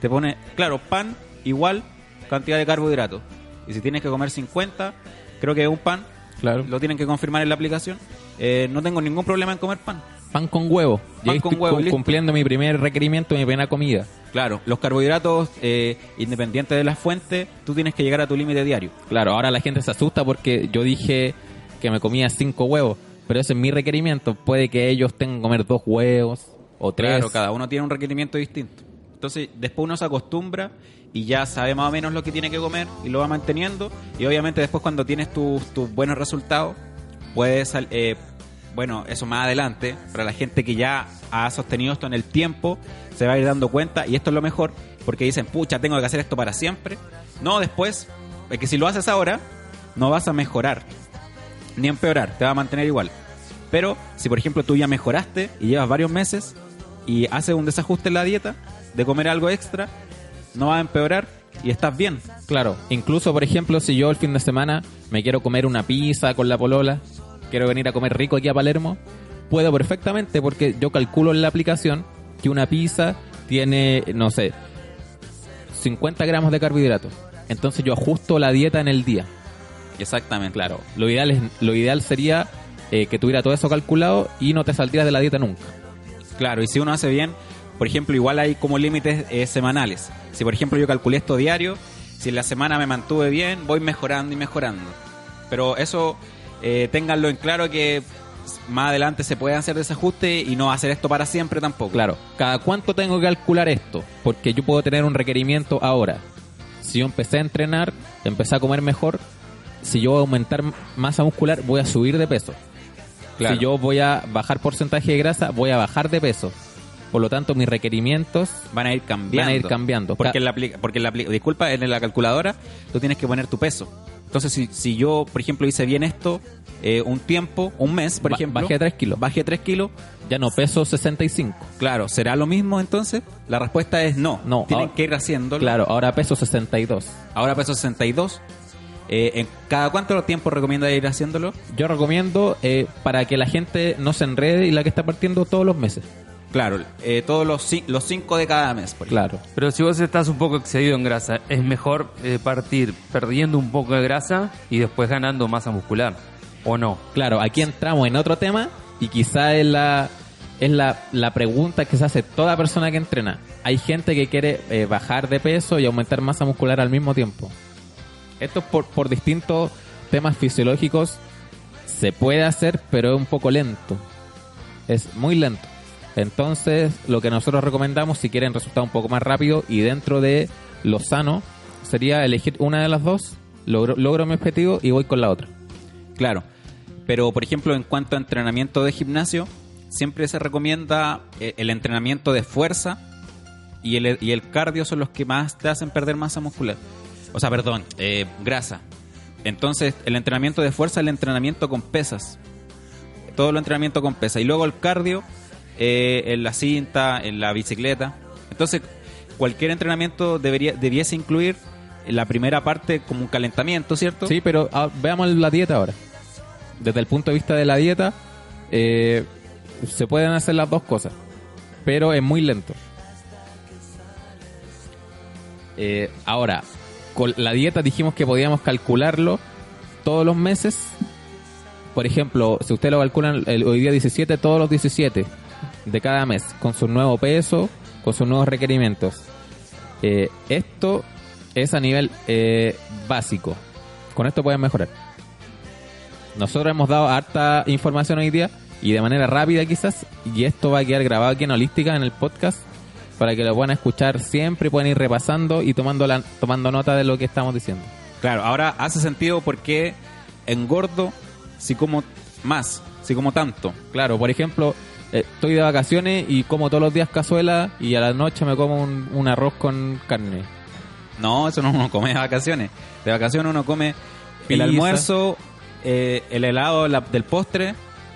Speaker 2: te pone, claro, pan igual cantidad de carbohidrato. Y si tienes que comer 50, creo que es un pan,
Speaker 1: Claro.
Speaker 2: lo tienen que confirmar en la aplicación. Eh, no tengo ningún problema en comer pan.
Speaker 1: Pan con huevo. Y ahí
Speaker 2: con
Speaker 1: estoy
Speaker 2: huevo,
Speaker 1: cu-
Speaker 2: listo.
Speaker 1: cumpliendo mi primer requerimiento, mi primera comida.
Speaker 2: Claro, los carbohidratos, eh, independientes de las fuentes, tú tienes que llegar a tu límite diario.
Speaker 1: Claro, ahora la gente se asusta porque yo dije que me comía cinco huevos, pero ese es mi requerimiento. Puede que ellos tengan que comer dos huevos o tres.
Speaker 2: Claro, cada uno tiene un requerimiento distinto. Entonces, después uno se acostumbra y ya sabe más o menos lo que tiene que comer y lo va manteniendo. Y obviamente después cuando tienes tus, tus buenos resultados, puedes... sal- eh, bueno, eso más adelante, para la gente que ya ha sostenido esto en el tiempo, se va a ir dando cuenta y esto es lo mejor, porque dicen, pucha, tengo que hacer esto para siempre. No, después, es que si lo haces ahora, no vas a mejorar, ni empeorar, te va a mantener igual. Pero si por ejemplo tú ya mejoraste y llevas varios meses y haces un desajuste en la dieta de comer algo extra, no vas a empeorar y estás bien.
Speaker 1: Claro, incluso por ejemplo, si yo el fin de semana me quiero comer una pizza con la polola, quiero venir a comer rico aquí a Palermo, puedo perfectamente porque yo calculo en la aplicación que una pizza tiene, no sé, 50 gramos de carbohidratos. Entonces yo ajusto la dieta en el día.
Speaker 2: Exactamente,
Speaker 1: Claro, lo ideal, es, lo ideal sería eh, que tuviera todo eso calculado y no te saldrías de la dieta nunca.
Speaker 2: Claro, y si uno hace bien, por ejemplo, igual hay como límites eh, semanales. Si por ejemplo yo calculé esto diario, si en la semana me mantuve bien, voy mejorando y mejorando. Pero eso eh, ténganlo en claro que más adelante se puede hacer desajuste y no hacer esto para siempre tampoco.
Speaker 1: Claro, ¿cada cuánto tengo que calcular esto? Porque yo puedo tener un requerimiento ahora. Si yo empecé a entrenar, empecé a comer mejor, si yo voy a aumentar masa muscular, voy a subir de peso.
Speaker 2: Claro.
Speaker 1: Si yo voy a bajar porcentaje de grasa, voy a bajar de peso. Por lo tanto, mis requerimientos
Speaker 2: Van a ir cambiando.
Speaker 1: Van a ir cambiando.
Speaker 2: Porque,
Speaker 1: Ca-
Speaker 2: en la, apli- porque en la apli- disculpa, en la calculadora tú tienes que poner tu peso. Entonces, si, si yo, por ejemplo, hice bien esto eh, un tiempo, un mes, por
Speaker 1: Ba-
Speaker 2: ejemplo.
Speaker 1: bajé tres kilos.
Speaker 2: Bajé 3 kilos.
Speaker 1: ya no peso 65.
Speaker 2: Claro, ¿será lo mismo entonces? La respuesta es no.
Speaker 1: No,
Speaker 2: Tienen
Speaker 1: ahora-
Speaker 2: que ir haciéndolo.
Speaker 1: Claro, ahora peso 62.
Speaker 2: Ahora peso 62. Eh, ¿en ¿Cada cuánto tiempo recomienda ir haciéndolo?
Speaker 1: Yo recomiendo eh, para que la gente no se enrede y la que está partiendo todos los meses.
Speaker 2: Claro, eh, todos los, ci- los cinco de cada mes. Por ejemplo.
Speaker 1: Claro.
Speaker 3: Pero si vos estás un poco excedido en grasa, es mejor eh, partir perdiendo un poco de grasa y después ganando masa muscular. ¿O no?
Speaker 1: Claro, aquí entramos en otro tema y quizá es la es la, la pregunta que se hace toda persona que entrena. Hay gente que quiere eh, bajar de peso y aumentar masa muscular al mismo tiempo. Esto es por, por distintos temas fisiológicos se puede hacer, pero es un poco lento. Es muy lento. Entonces, lo que nosotros recomendamos, si quieren resultado un poco más rápido y dentro de lo sano, sería elegir una de las dos, logro, logro mi objetivo y voy con la otra.
Speaker 2: Claro. Pero, por ejemplo, en cuanto a entrenamiento de gimnasio, siempre se recomienda eh, el entrenamiento de fuerza y el, y el cardio son los que más te hacen perder masa muscular. O sea, perdón, eh, grasa. Entonces, el entrenamiento de fuerza, el entrenamiento con pesas. Todo el entrenamiento con pesas. Y luego el cardio eh, en la cinta, en la bicicleta. Entonces, cualquier entrenamiento debería, debiese incluir la primera parte como un calentamiento, ¿cierto?
Speaker 1: Sí, pero ah, veamos la dieta ahora. Desde el punto de vista de la dieta, eh, se pueden hacer las dos cosas, pero es muy lento. Eh, ahora, con la dieta dijimos que podíamos calcularlo todos los meses. Por ejemplo, si usted lo calculan el, hoy día 17, todos los 17 de cada mes, con su nuevo peso, con sus nuevos requerimientos. Eh, esto es a nivel eh, básico. Con esto pueden mejorar. Nosotros hemos dado harta información hoy día y de manera rápida quizás. Y esto va a quedar grabado aquí en Holística, en el podcast, para que lo puedan escuchar siempre y puedan ir repasando y tomando, la, tomando nota de lo que estamos diciendo.
Speaker 2: Claro, ahora hace sentido porque engordo si como más, si como tanto.
Speaker 1: Claro, por ejemplo, eh, estoy de vacaciones y como todos los días cazuela y a la noche me como un, un arroz con carne.
Speaker 2: No, eso no uno *laughs* come de vacaciones. De vacaciones uno come el
Speaker 1: Pizza.
Speaker 2: almuerzo, eh, el helado la- del postre,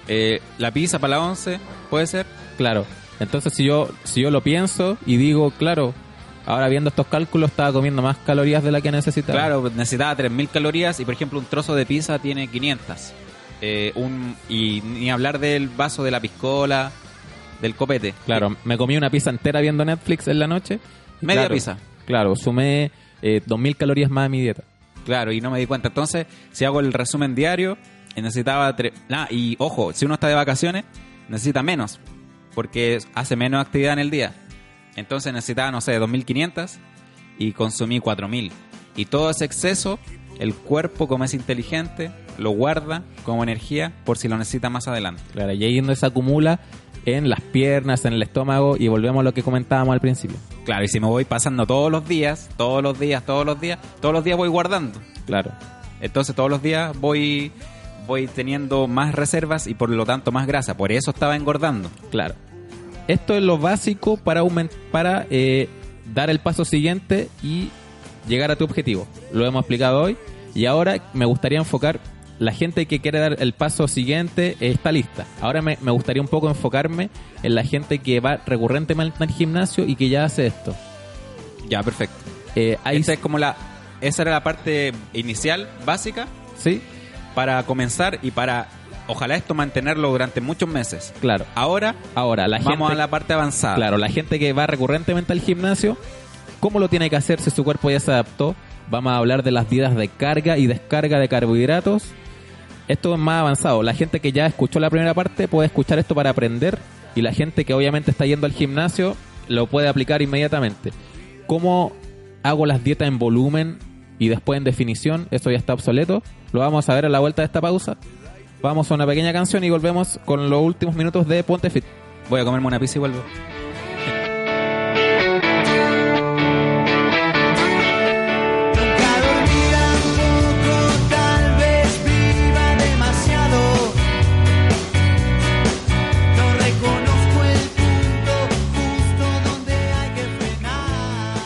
Speaker 2: eh, la pizza para la once, puede ser.
Speaker 1: Claro. Entonces si yo si yo lo pienso y digo, claro, ahora viendo estos cálculos estaba comiendo más calorías de la que necesitaba.
Speaker 2: Claro, necesitaba 3.000 calorías y por ejemplo un trozo de pizza tiene 500. Eh, un, y ni hablar del vaso de la piscola, del copete.
Speaker 1: Claro, me comí una pizza entera viendo Netflix en la noche. Y
Speaker 2: Media
Speaker 1: claro,
Speaker 2: pizza.
Speaker 1: Claro, sumé eh, 2.000 calorías más a mi dieta.
Speaker 2: Claro, y no me di cuenta. Entonces, si hago el resumen diario, eh, necesitaba... tre- Ah, y ojo, si uno está de vacaciones, necesita menos, porque hace menos actividad en el día. Entonces necesitaba, no sé, 2.500 y consumí 4.000. Y todo ese exceso, el cuerpo, como es inteligente, lo guarda como energía por si lo necesita más adelante.
Speaker 1: Claro, y ahí es donde se acumula en las piernas, en el estómago y volvemos a lo que comentábamos al principio.
Speaker 2: Claro, y si me voy pasando todos los días, todos los días, todos los días, todos los días voy guardando.
Speaker 1: Claro.
Speaker 2: Entonces todos los días voy voy teniendo más reservas y por lo tanto más grasa. Por eso estaba engordando.
Speaker 1: Claro. Esto es lo básico para, aumen- para eh, dar el paso siguiente y llegar a tu objetivo. Lo hemos explicado hoy. Y ahora me gustaría enfocar la gente que quiere dar el paso siguiente eh, está lista. Ahora me, me gustaría un poco enfocarme en la gente que va recurrentemente al gimnasio y que ya hace esto.
Speaker 2: Ya, perfecto.
Speaker 1: Eh, hay,
Speaker 2: Esa es como la esa era la parte inicial básica
Speaker 1: sí,
Speaker 2: para comenzar y para ojalá esto mantenerlo durante muchos meses.
Speaker 1: claro.
Speaker 2: Ahora
Speaker 1: Ahora la
Speaker 2: vamos
Speaker 1: gente,
Speaker 2: a la parte avanzada.
Speaker 1: claro, la gente que va recurrentemente al gimnasio, cómo lo tiene que hacer si su cuerpo ya se adaptó. Vamos a hablar de las dietas de carga y descarga de carbohidratos. Esto es más avanzado. La gente que ya escuchó la primera parte puede escuchar esto para aprender y la gente que obviamente está yendo al gimnasio lo puede aplicar inmediatamente. ¿Cómo hago las dietas en volumen y después en definición? Esto ya está obsoleto. Lo vamos a ver a la vuelta de esta pausa. Vamos a una pequeña canción y volvemos con los últimos minutos de Ponte Fit.
Speaker 2: Voy a comerme una pizza y vuelvo.
Speaker 4: Nunca dormida un poco, tal vez viva demasiado. No reconozco el punto justo donde hay que frenar.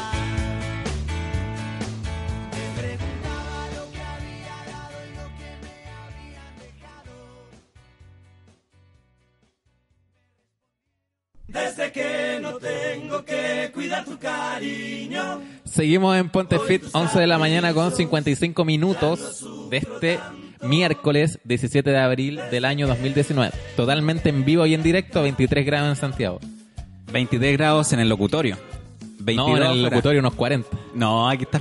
Speaker 4: Me preguntaba lo que había dado y lo que me habían dejado. Desde que no tengo que cuidar tu cariño.
Speaker 1: Seguimos en Ponte Fit, 11 de la mañana con 55 minutos de este miércoles 17 de abril del año 2019. Totalmente en vivo y en directo, 23 grados en Santiago.
Speaker 2: 23 grados en el locutorio. 22
Speaker 1: No, en el
Speaker 2: fuera.
Speaker 1: locutorio unos 40.
Speaker 2: No, aquí está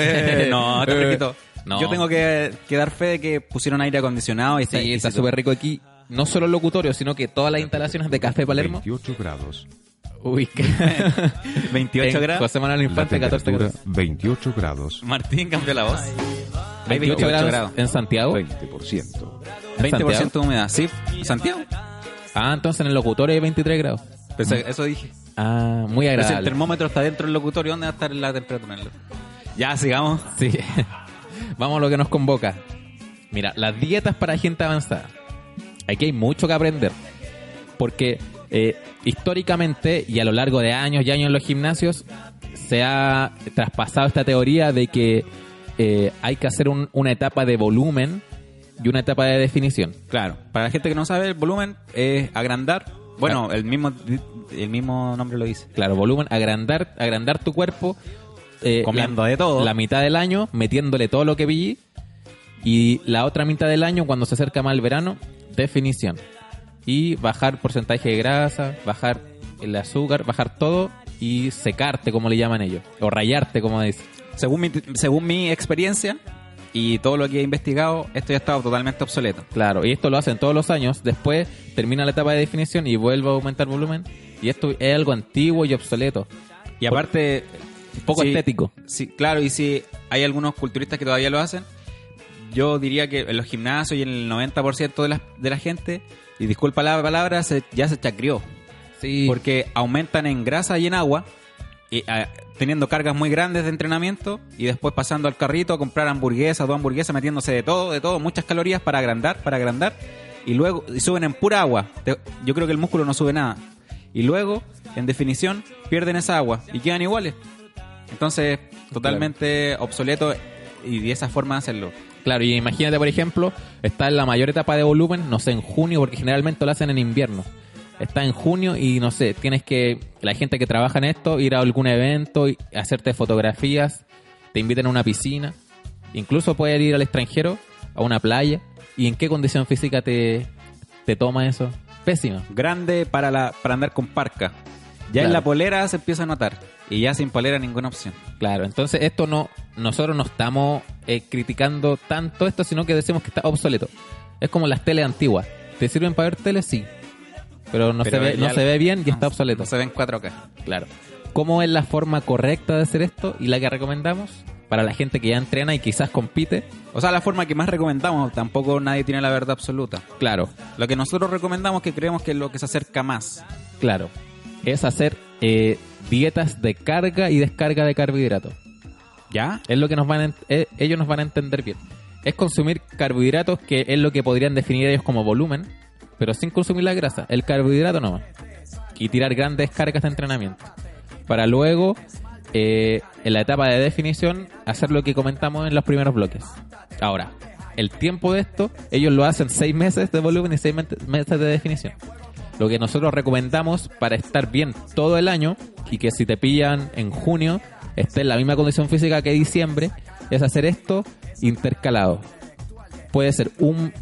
Speaker 1: *laughs*
Speaker 2: eh. No, está
Speaker 1: Eh,
Speaker 2: fresquito.
Speaker 1: no.
Speaker 2: Yo tengo que, que dar fe de que pusieron aire acondicionado y está
Speaker 1: Sí, está
Speaker 2: exquisito.
Speaker 1: súper rico aquí. No solo el locutorio, sino que todas las instalaciones de Café Palermo.
Speaker 5: 28 grados.
Speaker 1: Uy, que-
Speaker 2: 28
Speaker 1: en
Speaker 2: grados.
Speaker 1: José Manuel
Speaker 5: La
Speaker 1: Infante, 14
Speaker 5: temperatura,
Speaker 1: grados.
Speaker 5: 28 grados.
Speaker 2: Martín cambió la voz. Hay
Speaker 1: 28 grados, en Santiago.
Speaker 5: 20%.
Speaker 1: en
Speaker 2: 20% de
Speaker 1: Santiago.
Speaker 2: humedad. Sí, Santiago.
Speaker 1: Ah, entonces en el locutorio hay 23 grados.
Speaker 2: Pensé- eso dije.
Speaker 1: Ah, muy
Speaker 2: Pero si el
Speaker 1: agradable.
Speaker 2: termómetro está dentro del locutorio, ¿dónde va a estar la temperatura? Ya, sigamos.
Speaker 1: *laughs* Sí. Vamos a lo que nos convoca. Mira, las dietas para gente avanzada. Aquí hay mucho que aprender. Porque eh, históricamente y a lo largo de años y años en los gimnasios se ha traspasado esta teoría de que eh, hay que hacer un- una etapa de volumen y una etapa de definición.
Speaker 2: Claro, para la gente que no sabe, el volumen es agrandar. Bueno, el mismo el mismo nombre lo dice.
Speaker 1: Claro, volumen, agrandar, agrandar tu cuerpo. eh,
Speaker 2: Comiendo
Speaker 1: la-
Speaker 2: de todo.
Speaker 1: La mitad del año, metiéndole todo lo que pillí. Y la otra mitad del año, cuando se acerca más el verano, definición. Y bajar porcentaje de grasa, bajar el azúcar, bajar todo y secarte, como le llaman ellos. O rayarte, como dicen.
Speaker 2: Según mi, según mi experiencia y todo lo que he investigado, esto ya estaba totalmente obsoleto.
Speaker 1: Claro, y esto lo hacen todos los años. Después termina la etapa de definición y vuelve a aumentar volumen. Y esto es algo antiguo y obsoleto.
Speaker 2: Y aparte,
Speaker 1: Poco
Speaker 2: sí,
Speaker 1: estético.
Speaker 2: Sí, claro, y si hay algunos culturistas que todavía lo hacen, yo diría que en los gimnasios y en el 90% de la, de la gente, y disculpa la palabra, se- ya se chacrió.
Speaker 1: Sí.
Speaker 2: Porque aumentan en grasa y en agua, y, ah, teniendo cargas muy grandes de entrenamiento, y después pasando al carrito a comprar hamburguesas, dos hamburguesas, metiéndose de todo, de todo, muchas calorías para agrandar, para agrandar, y luego y suben en pura agua. Te- yo creo que el músculo no sube nada. Y luego, en definición, pierden esa agua y quedan iguales. Entonces, totalmente obsoleto y de esa forma de hacerlo.
Speaker 1: Claro, y imagínate, por ejemplo, está en la mayor etapa de volumen, no sé, en junio, porque generalmente lo hacen en invierno. Está en junio y no sé, tienes que, la gente que trabaja en esto, ir a algún evento, y hacerte fotografías, te invitan a una piscina, incluso puedes ir al extranjero, a una playa. ¿Y en qué condición física te, te toma eso? Pésima.
Speaker 2: Grande para, la, para andar con parca. Ya
Speaker 1: Claro.
Speaker 2: en la polera se empieza a notar. Y ya sin polera ninguna opción.
Speaker 1: Claro, entonces esto no, nosotros no estamos eh, criticando tanto esto, sino que decimos que está obsoleto. Es como las teles antiguas. ¿Te sirven para ver tele? Sí. Pero no,
Speaker 2: Pero
Speaker 1: se, ve,
Speaker 2: ya
Speaker 1: no
Speaker 2: la-
Speaker 1: se ve bien y
Speaker 2: no,
Speaker 1: está obsoleto.
Speaker 2: no se ve en 4K.
Speaker 1: Claro. ¿Cómo es la forma correcta de hacer esto y la que recomendamos para la gente que ya entrena y quizás compite?
Speaker 2: O sea, la forma que más recomendamos, tampoco nadie tiene la verdad absoluta.
Speaker 1: Claro,
Speaker 2: Lo que nosotros recomendamos que creemos que es lo que se acerca más.
Speaker 1: claro. Es hacer eh, dietas de carga y descarga de carbohidratos.
Speaker 2: ¿Ya?
Speaker 1: Es lo que nos van a ent- eh, ellos nos van a entender bien. Es consumir carbohidratos que es lo que podrían definir ellos como volumen, pero sin consumir la grasa, el carbohidrato nomás. Y tirar grandes cargas de entrenamiento. Para luego, eh, en la etapa de definición, hacer lo que comentamos en los primeros bloques. Ahora, el tiempo de esto, ellos lo hacen seis meses de volumen y seis mente- meses de definición. Lo que nosotros recomendamos para estar bien todo el año y que si te pillan en junio esté en la misma condición física que diciembre es hacer esto intercalado. Puede ser un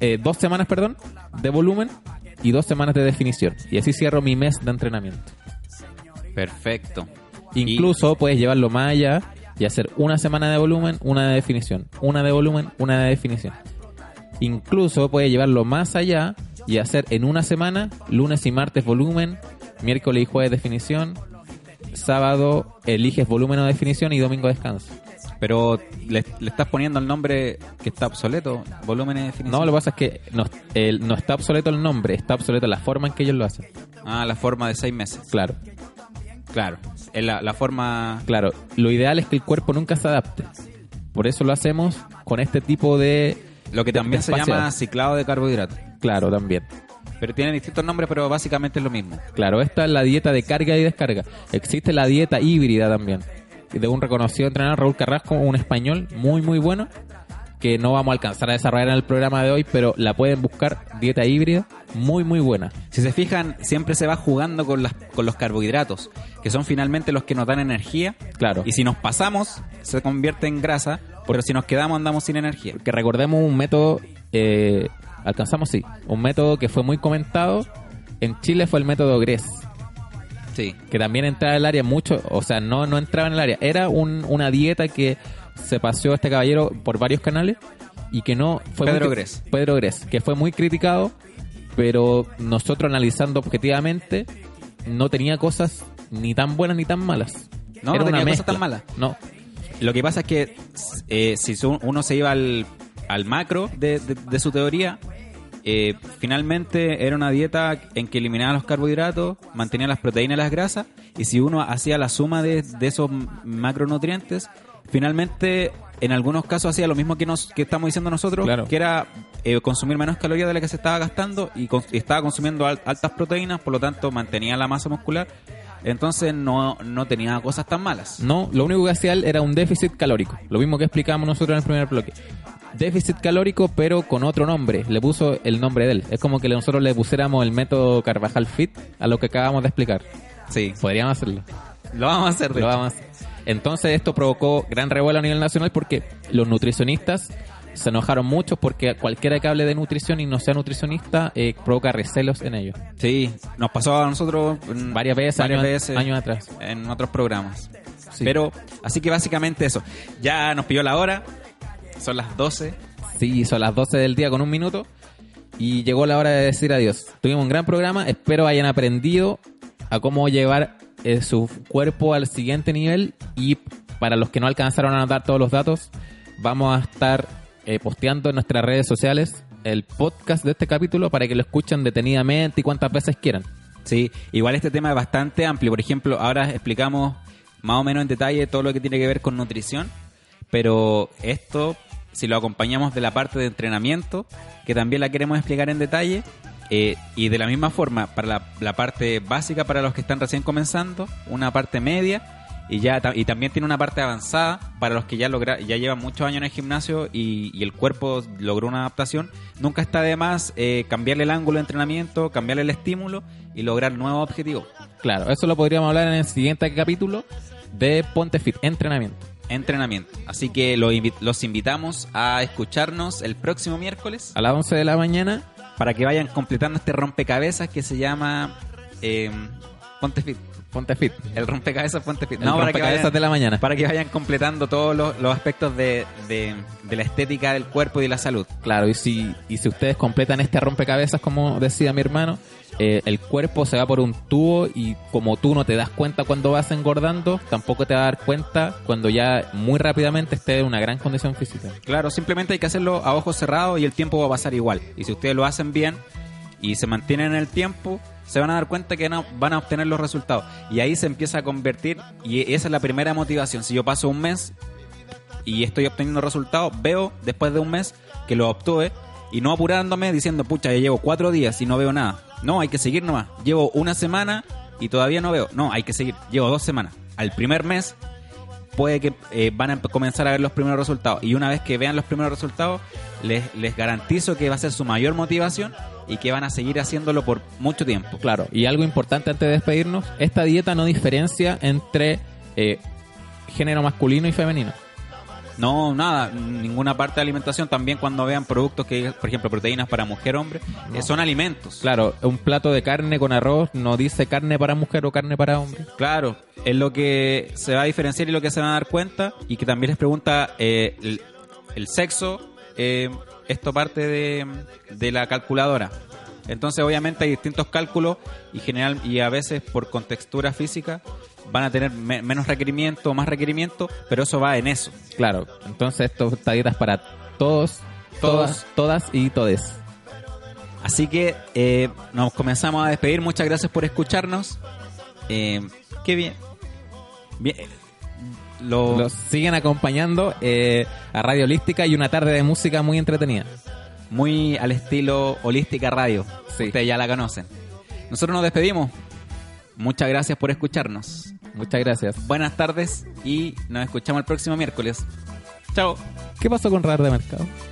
Speaker 1: eh, dos semanas, perdón, de volumen y dos semanas de definición. Y así cierro mi mes de entrenamiento.
Speaker 2: Perfecto.
Speaker 1: Incluso puedes llevarlo más allá y hacer una semana de volumen, una de definición, una de volumen, una de definición. Incluso puedes llevarlo más allá y hacer en una semana, lunes y martes volumen, miércoles y jueves definición, sábado eliges volumen o definición y domingo descanso.
Speaker 2: Y Pero le, le estás poniendo el nombre que está obsoleto, volúmenes de definición.
Speaker 1: No, lo que pasa es que no, el- no está obsoleto el nombre, está obsoleto la forma en que ellos lo hacen.
Speaker 2: Ah, la forma de seis meses.
Speaker 1: Claro,
Speaker 2: Claro. Es la, la forma.
Speaker 1: claro. Lo ideal es que el cuerpo nunca se adapte. Por eso lo hacemos con este tipo de...
Speaker 2: Lo que
Speaker 1: de-
Speaker 2: también se
Speaker 1: espacios.
Speaker 2: llama ciclado de carbohidratos.
Speaker 1: Claro, también.
Speaker 2: Pero tiene distintos nombres, pero básicamente es lo mismo.
Speaker 1: Claro, esta es la dieta de carga y descarga. Existe la dieta híbrida también. De un reconocido entrenador, Raúl Carrasco, un español muy, muy bueno, que no vamos a alcanzar a desarrollar en el programa de hoy, pero la pueden buscar, dieta híbrida, muy, muy buena.
Speaker 2: Si se fijan, siempre se va jugando con, las, con los carbohidratos, que son finalmente los que nos dan energía.
Speaker 1: Claro.
Speaker 2: Y si nos pasamos, se convierte en grasa, pero si nos quedamos, andamos sin energía.
Speaker 1: que recordemos un método, eh, alcanzamos sí, un método que fue muy comentado en Chile fue el método GRES,
Speaker 2: Sí.
Speaker 1: que también entraba en el área mucho, o sea, no, no entraba en el área, era un- una dieta que se paseó este caballero por varios canales y que no fue... muy
Speaker 2: Pedro
Speaker 1: cri-
Speaker 2: Gress.
Speaker 1: Pedro Gress, que fue muy criticado, pero nosotros analizando objetivamente no tenía cosas ni tan buenas ni tan malas.
Speaker 2: No, no tenía cosas tan malas.
Speaker 1: No,
Speaker 2: Lo que pasa es que eh, si su- uno se iba al, al macro de, de- de su teoría, eh, finalmente era una dieta en que eliminaba los carbohidratos, mantenía las proteínas y las grasas, y si uno hacía la suma de, de esos macronutrientes, finalmente en algunos casos hacía lo mismo que, nos, que estamos diciendo nosotros,
Speaker 1: Claro.
Speaker 2: que era eh, consumir menos calorías de la que se estaba gastando y, cons- y estaba consumiendo al- altas proteínas, por lo tanto mantenía la masa muscular. Entonces no, no tenía cosas tan malas.
Speaker 1: No, lo único que hacía él era un déficit calórico. Lo mismo que explicábamos nosotros en el primer bloque. Déficit calórico, pero con otro nombre. Le puso el nombre de él. Es como que nosotros le pusiéramos el método Carvajal Fit a lo que acabamos de explicar.
Speaker 2: Sí,
Speaker 1: Podríamos hacerlo.
Speaker 2: Lo vamos a hacer, de
Speaker 1: Lo
Speaker 2: hecho.
Speaker 1: vamos a hacer. Entonces esto provocó gran revuelo a nivel nacional porque los nutricionistas se enojaron mucho porque cualquiera que hable de nutrición y no sea nutricionista eh, provoca recelos en ellos.
Speaker 2: Sí, nos pasó a nosotros mm,
Speaker 1: Varias veces,
Speaker 2: varias
Speaker 1: años,
Speaker 2: veces
Speaker 1: años atrás.
Speaker 2: en otros programas.
Speaker 1: Sí.
Speaker 2: Pero, así que básicamente eso. Ya nos pidió la hora, son las 12.
Speaker 1: Sí, son las 12 del día con un minuto y llegó la hora de decir adiós. Tuvimos un gran programa, espero hayan aprendido a cómo llevar eh, su cuerpo al siguiente nivel y para los que no alcanzaron a anotar todos los datos, vamos a estar eh, posteando en nuestras redes sociales el podcast de este capítulo para que lo escuchen detenidamente y cuantas veces quieran.
Speaker 2: Sí, igual este tema es bastante amplio. Por ejemplo, ahora explicamos más o menos en detalle todo lo que tiene que ver con nutrición, pero esto, si lo acompañamos de la parte de entrenamiento, que también la queremos explicar en detalle, eh, y de la misma forma, para la, la parte básica para los que están recién comenzando, una parte media, y ya ta- y también tiene una parte avanzada para los que ya logra, ya llevan muchos años en el gimnasio y, y el cuerpo logró una adaptación. Nunca está de más eh, cambiarle el ángulo de entrenamiento, cambiarle el estímulo y lograr nuevos objetivos.
Speaker 1: Claro, eso lo podríamos hablar en el siguiente capítulo de Ponte Fit, entrenamiento.
Speaker 2: Entrenamiento. Así que lo invi- los invitamos a escucharnos el próximo miércoles
Speaker 1: A las 11 de la mañana
Speaker 2: para que vayan completando este rompecabezas que se llama eh, Ponte Fit.
Speaker 1: Ponte Fit.
Speaker 2: El rompecabezas Ponte Fit.
Speaker 1: El
Speaker 2: No, para que
Speaker 1: rompecabezas
Speaker 2: vayan-
Speaker 1: de la mañana.
Speaker 2: para que vayan completando todos los, los aspectos de, de- de la estética del cuerpo y de la salud.
Speaker 1: Claro, y si, y si ustedes completan este rompecabezas, como decía mi hermano, eh, el cuerpo se va por un tubo y como tú no te das cuenta cuando vas engordando, tampoco te vas a dar cuenta cuando ya muy rápidamente esté en una gran condición física.
Speaker 2: Claro, simplemente hay que hacerlo a ojos cerrados y el tiempo va a pasar igual. Y si ustedes lo hacen bien y se mantienen en el tiempo, se van a dar cuenta que no, van a obtener los resultados. Y ahí se empieza a convertir y esa es la primera motivación. Si yo paso un mes y estoy obteniendo resultados, veo después de un mes que lo obtuve y no apurándome diciendo, pucha, ya llevo cuatro días y no veo nada. No, hay que seguir nomás. Llevo una semana y todavía no veo. No, hay que seguir. Llevo dos semanas. Al primer mes puede que eh, van a comenzar a ver los primeros resultados. Y una vez que vean los primeros resultados, les, les garantizo que va a ser su mayor motivación y que van a seguir haciéndolo por mucho tiempo.
Speaker 1: Claro, y algo importante antes de despedirnos, esta dieta no diferencia entre eh, género masculino y femenino.
Speaker 2: No, nada, ninguna parte de alimentación. También cuando vean productos que, por ejemplo, proteínas para mujer, hombre, eh, son alimentos.
Speaker 1: Claro, un plato de carne con arroz no dice carne para mujer o carne para hombre.
Speaker 2: Claro, es lo que se va a diferenciar y lo que se van a dar cuenta y que también les pregunta eh, el, el sexo, eh, esto parte de, de la calculadora. Entonces obviamente hay distintos cálculos y general y a veces por contextura física van a tener me- menos requerimiento, más requerimiento, pero eso va en eso.
Speaker 1: Claro, entonces esto esta dieta es para todos, todas,
Speaker 2: Todos.
Speaker 1: todas y todes.
Speaker 2: Así que eh, nos comenzamos a despedir. Muchas gracias por escucharnos. Eh, qué bien. Bien, eh, lo-
Speaker 1: Los siguen acompañando eh, a Radio Holística y una tarde de música muy entretenida.
Speaker 2: muy al estilo Holística Radio.
Speaker 1: Sí.
Speaker 2: Ustedes ya la conocen. Nosotros nos despedimos. Muchas gracias por escucharnos.
Speaker 1: Muchas gracias.
Speaker 2: Buenas tardes y nos escuchamos el próximo miércoles. Chao.
Speaker 1: ¿Qué pasó con Radar de Mercado?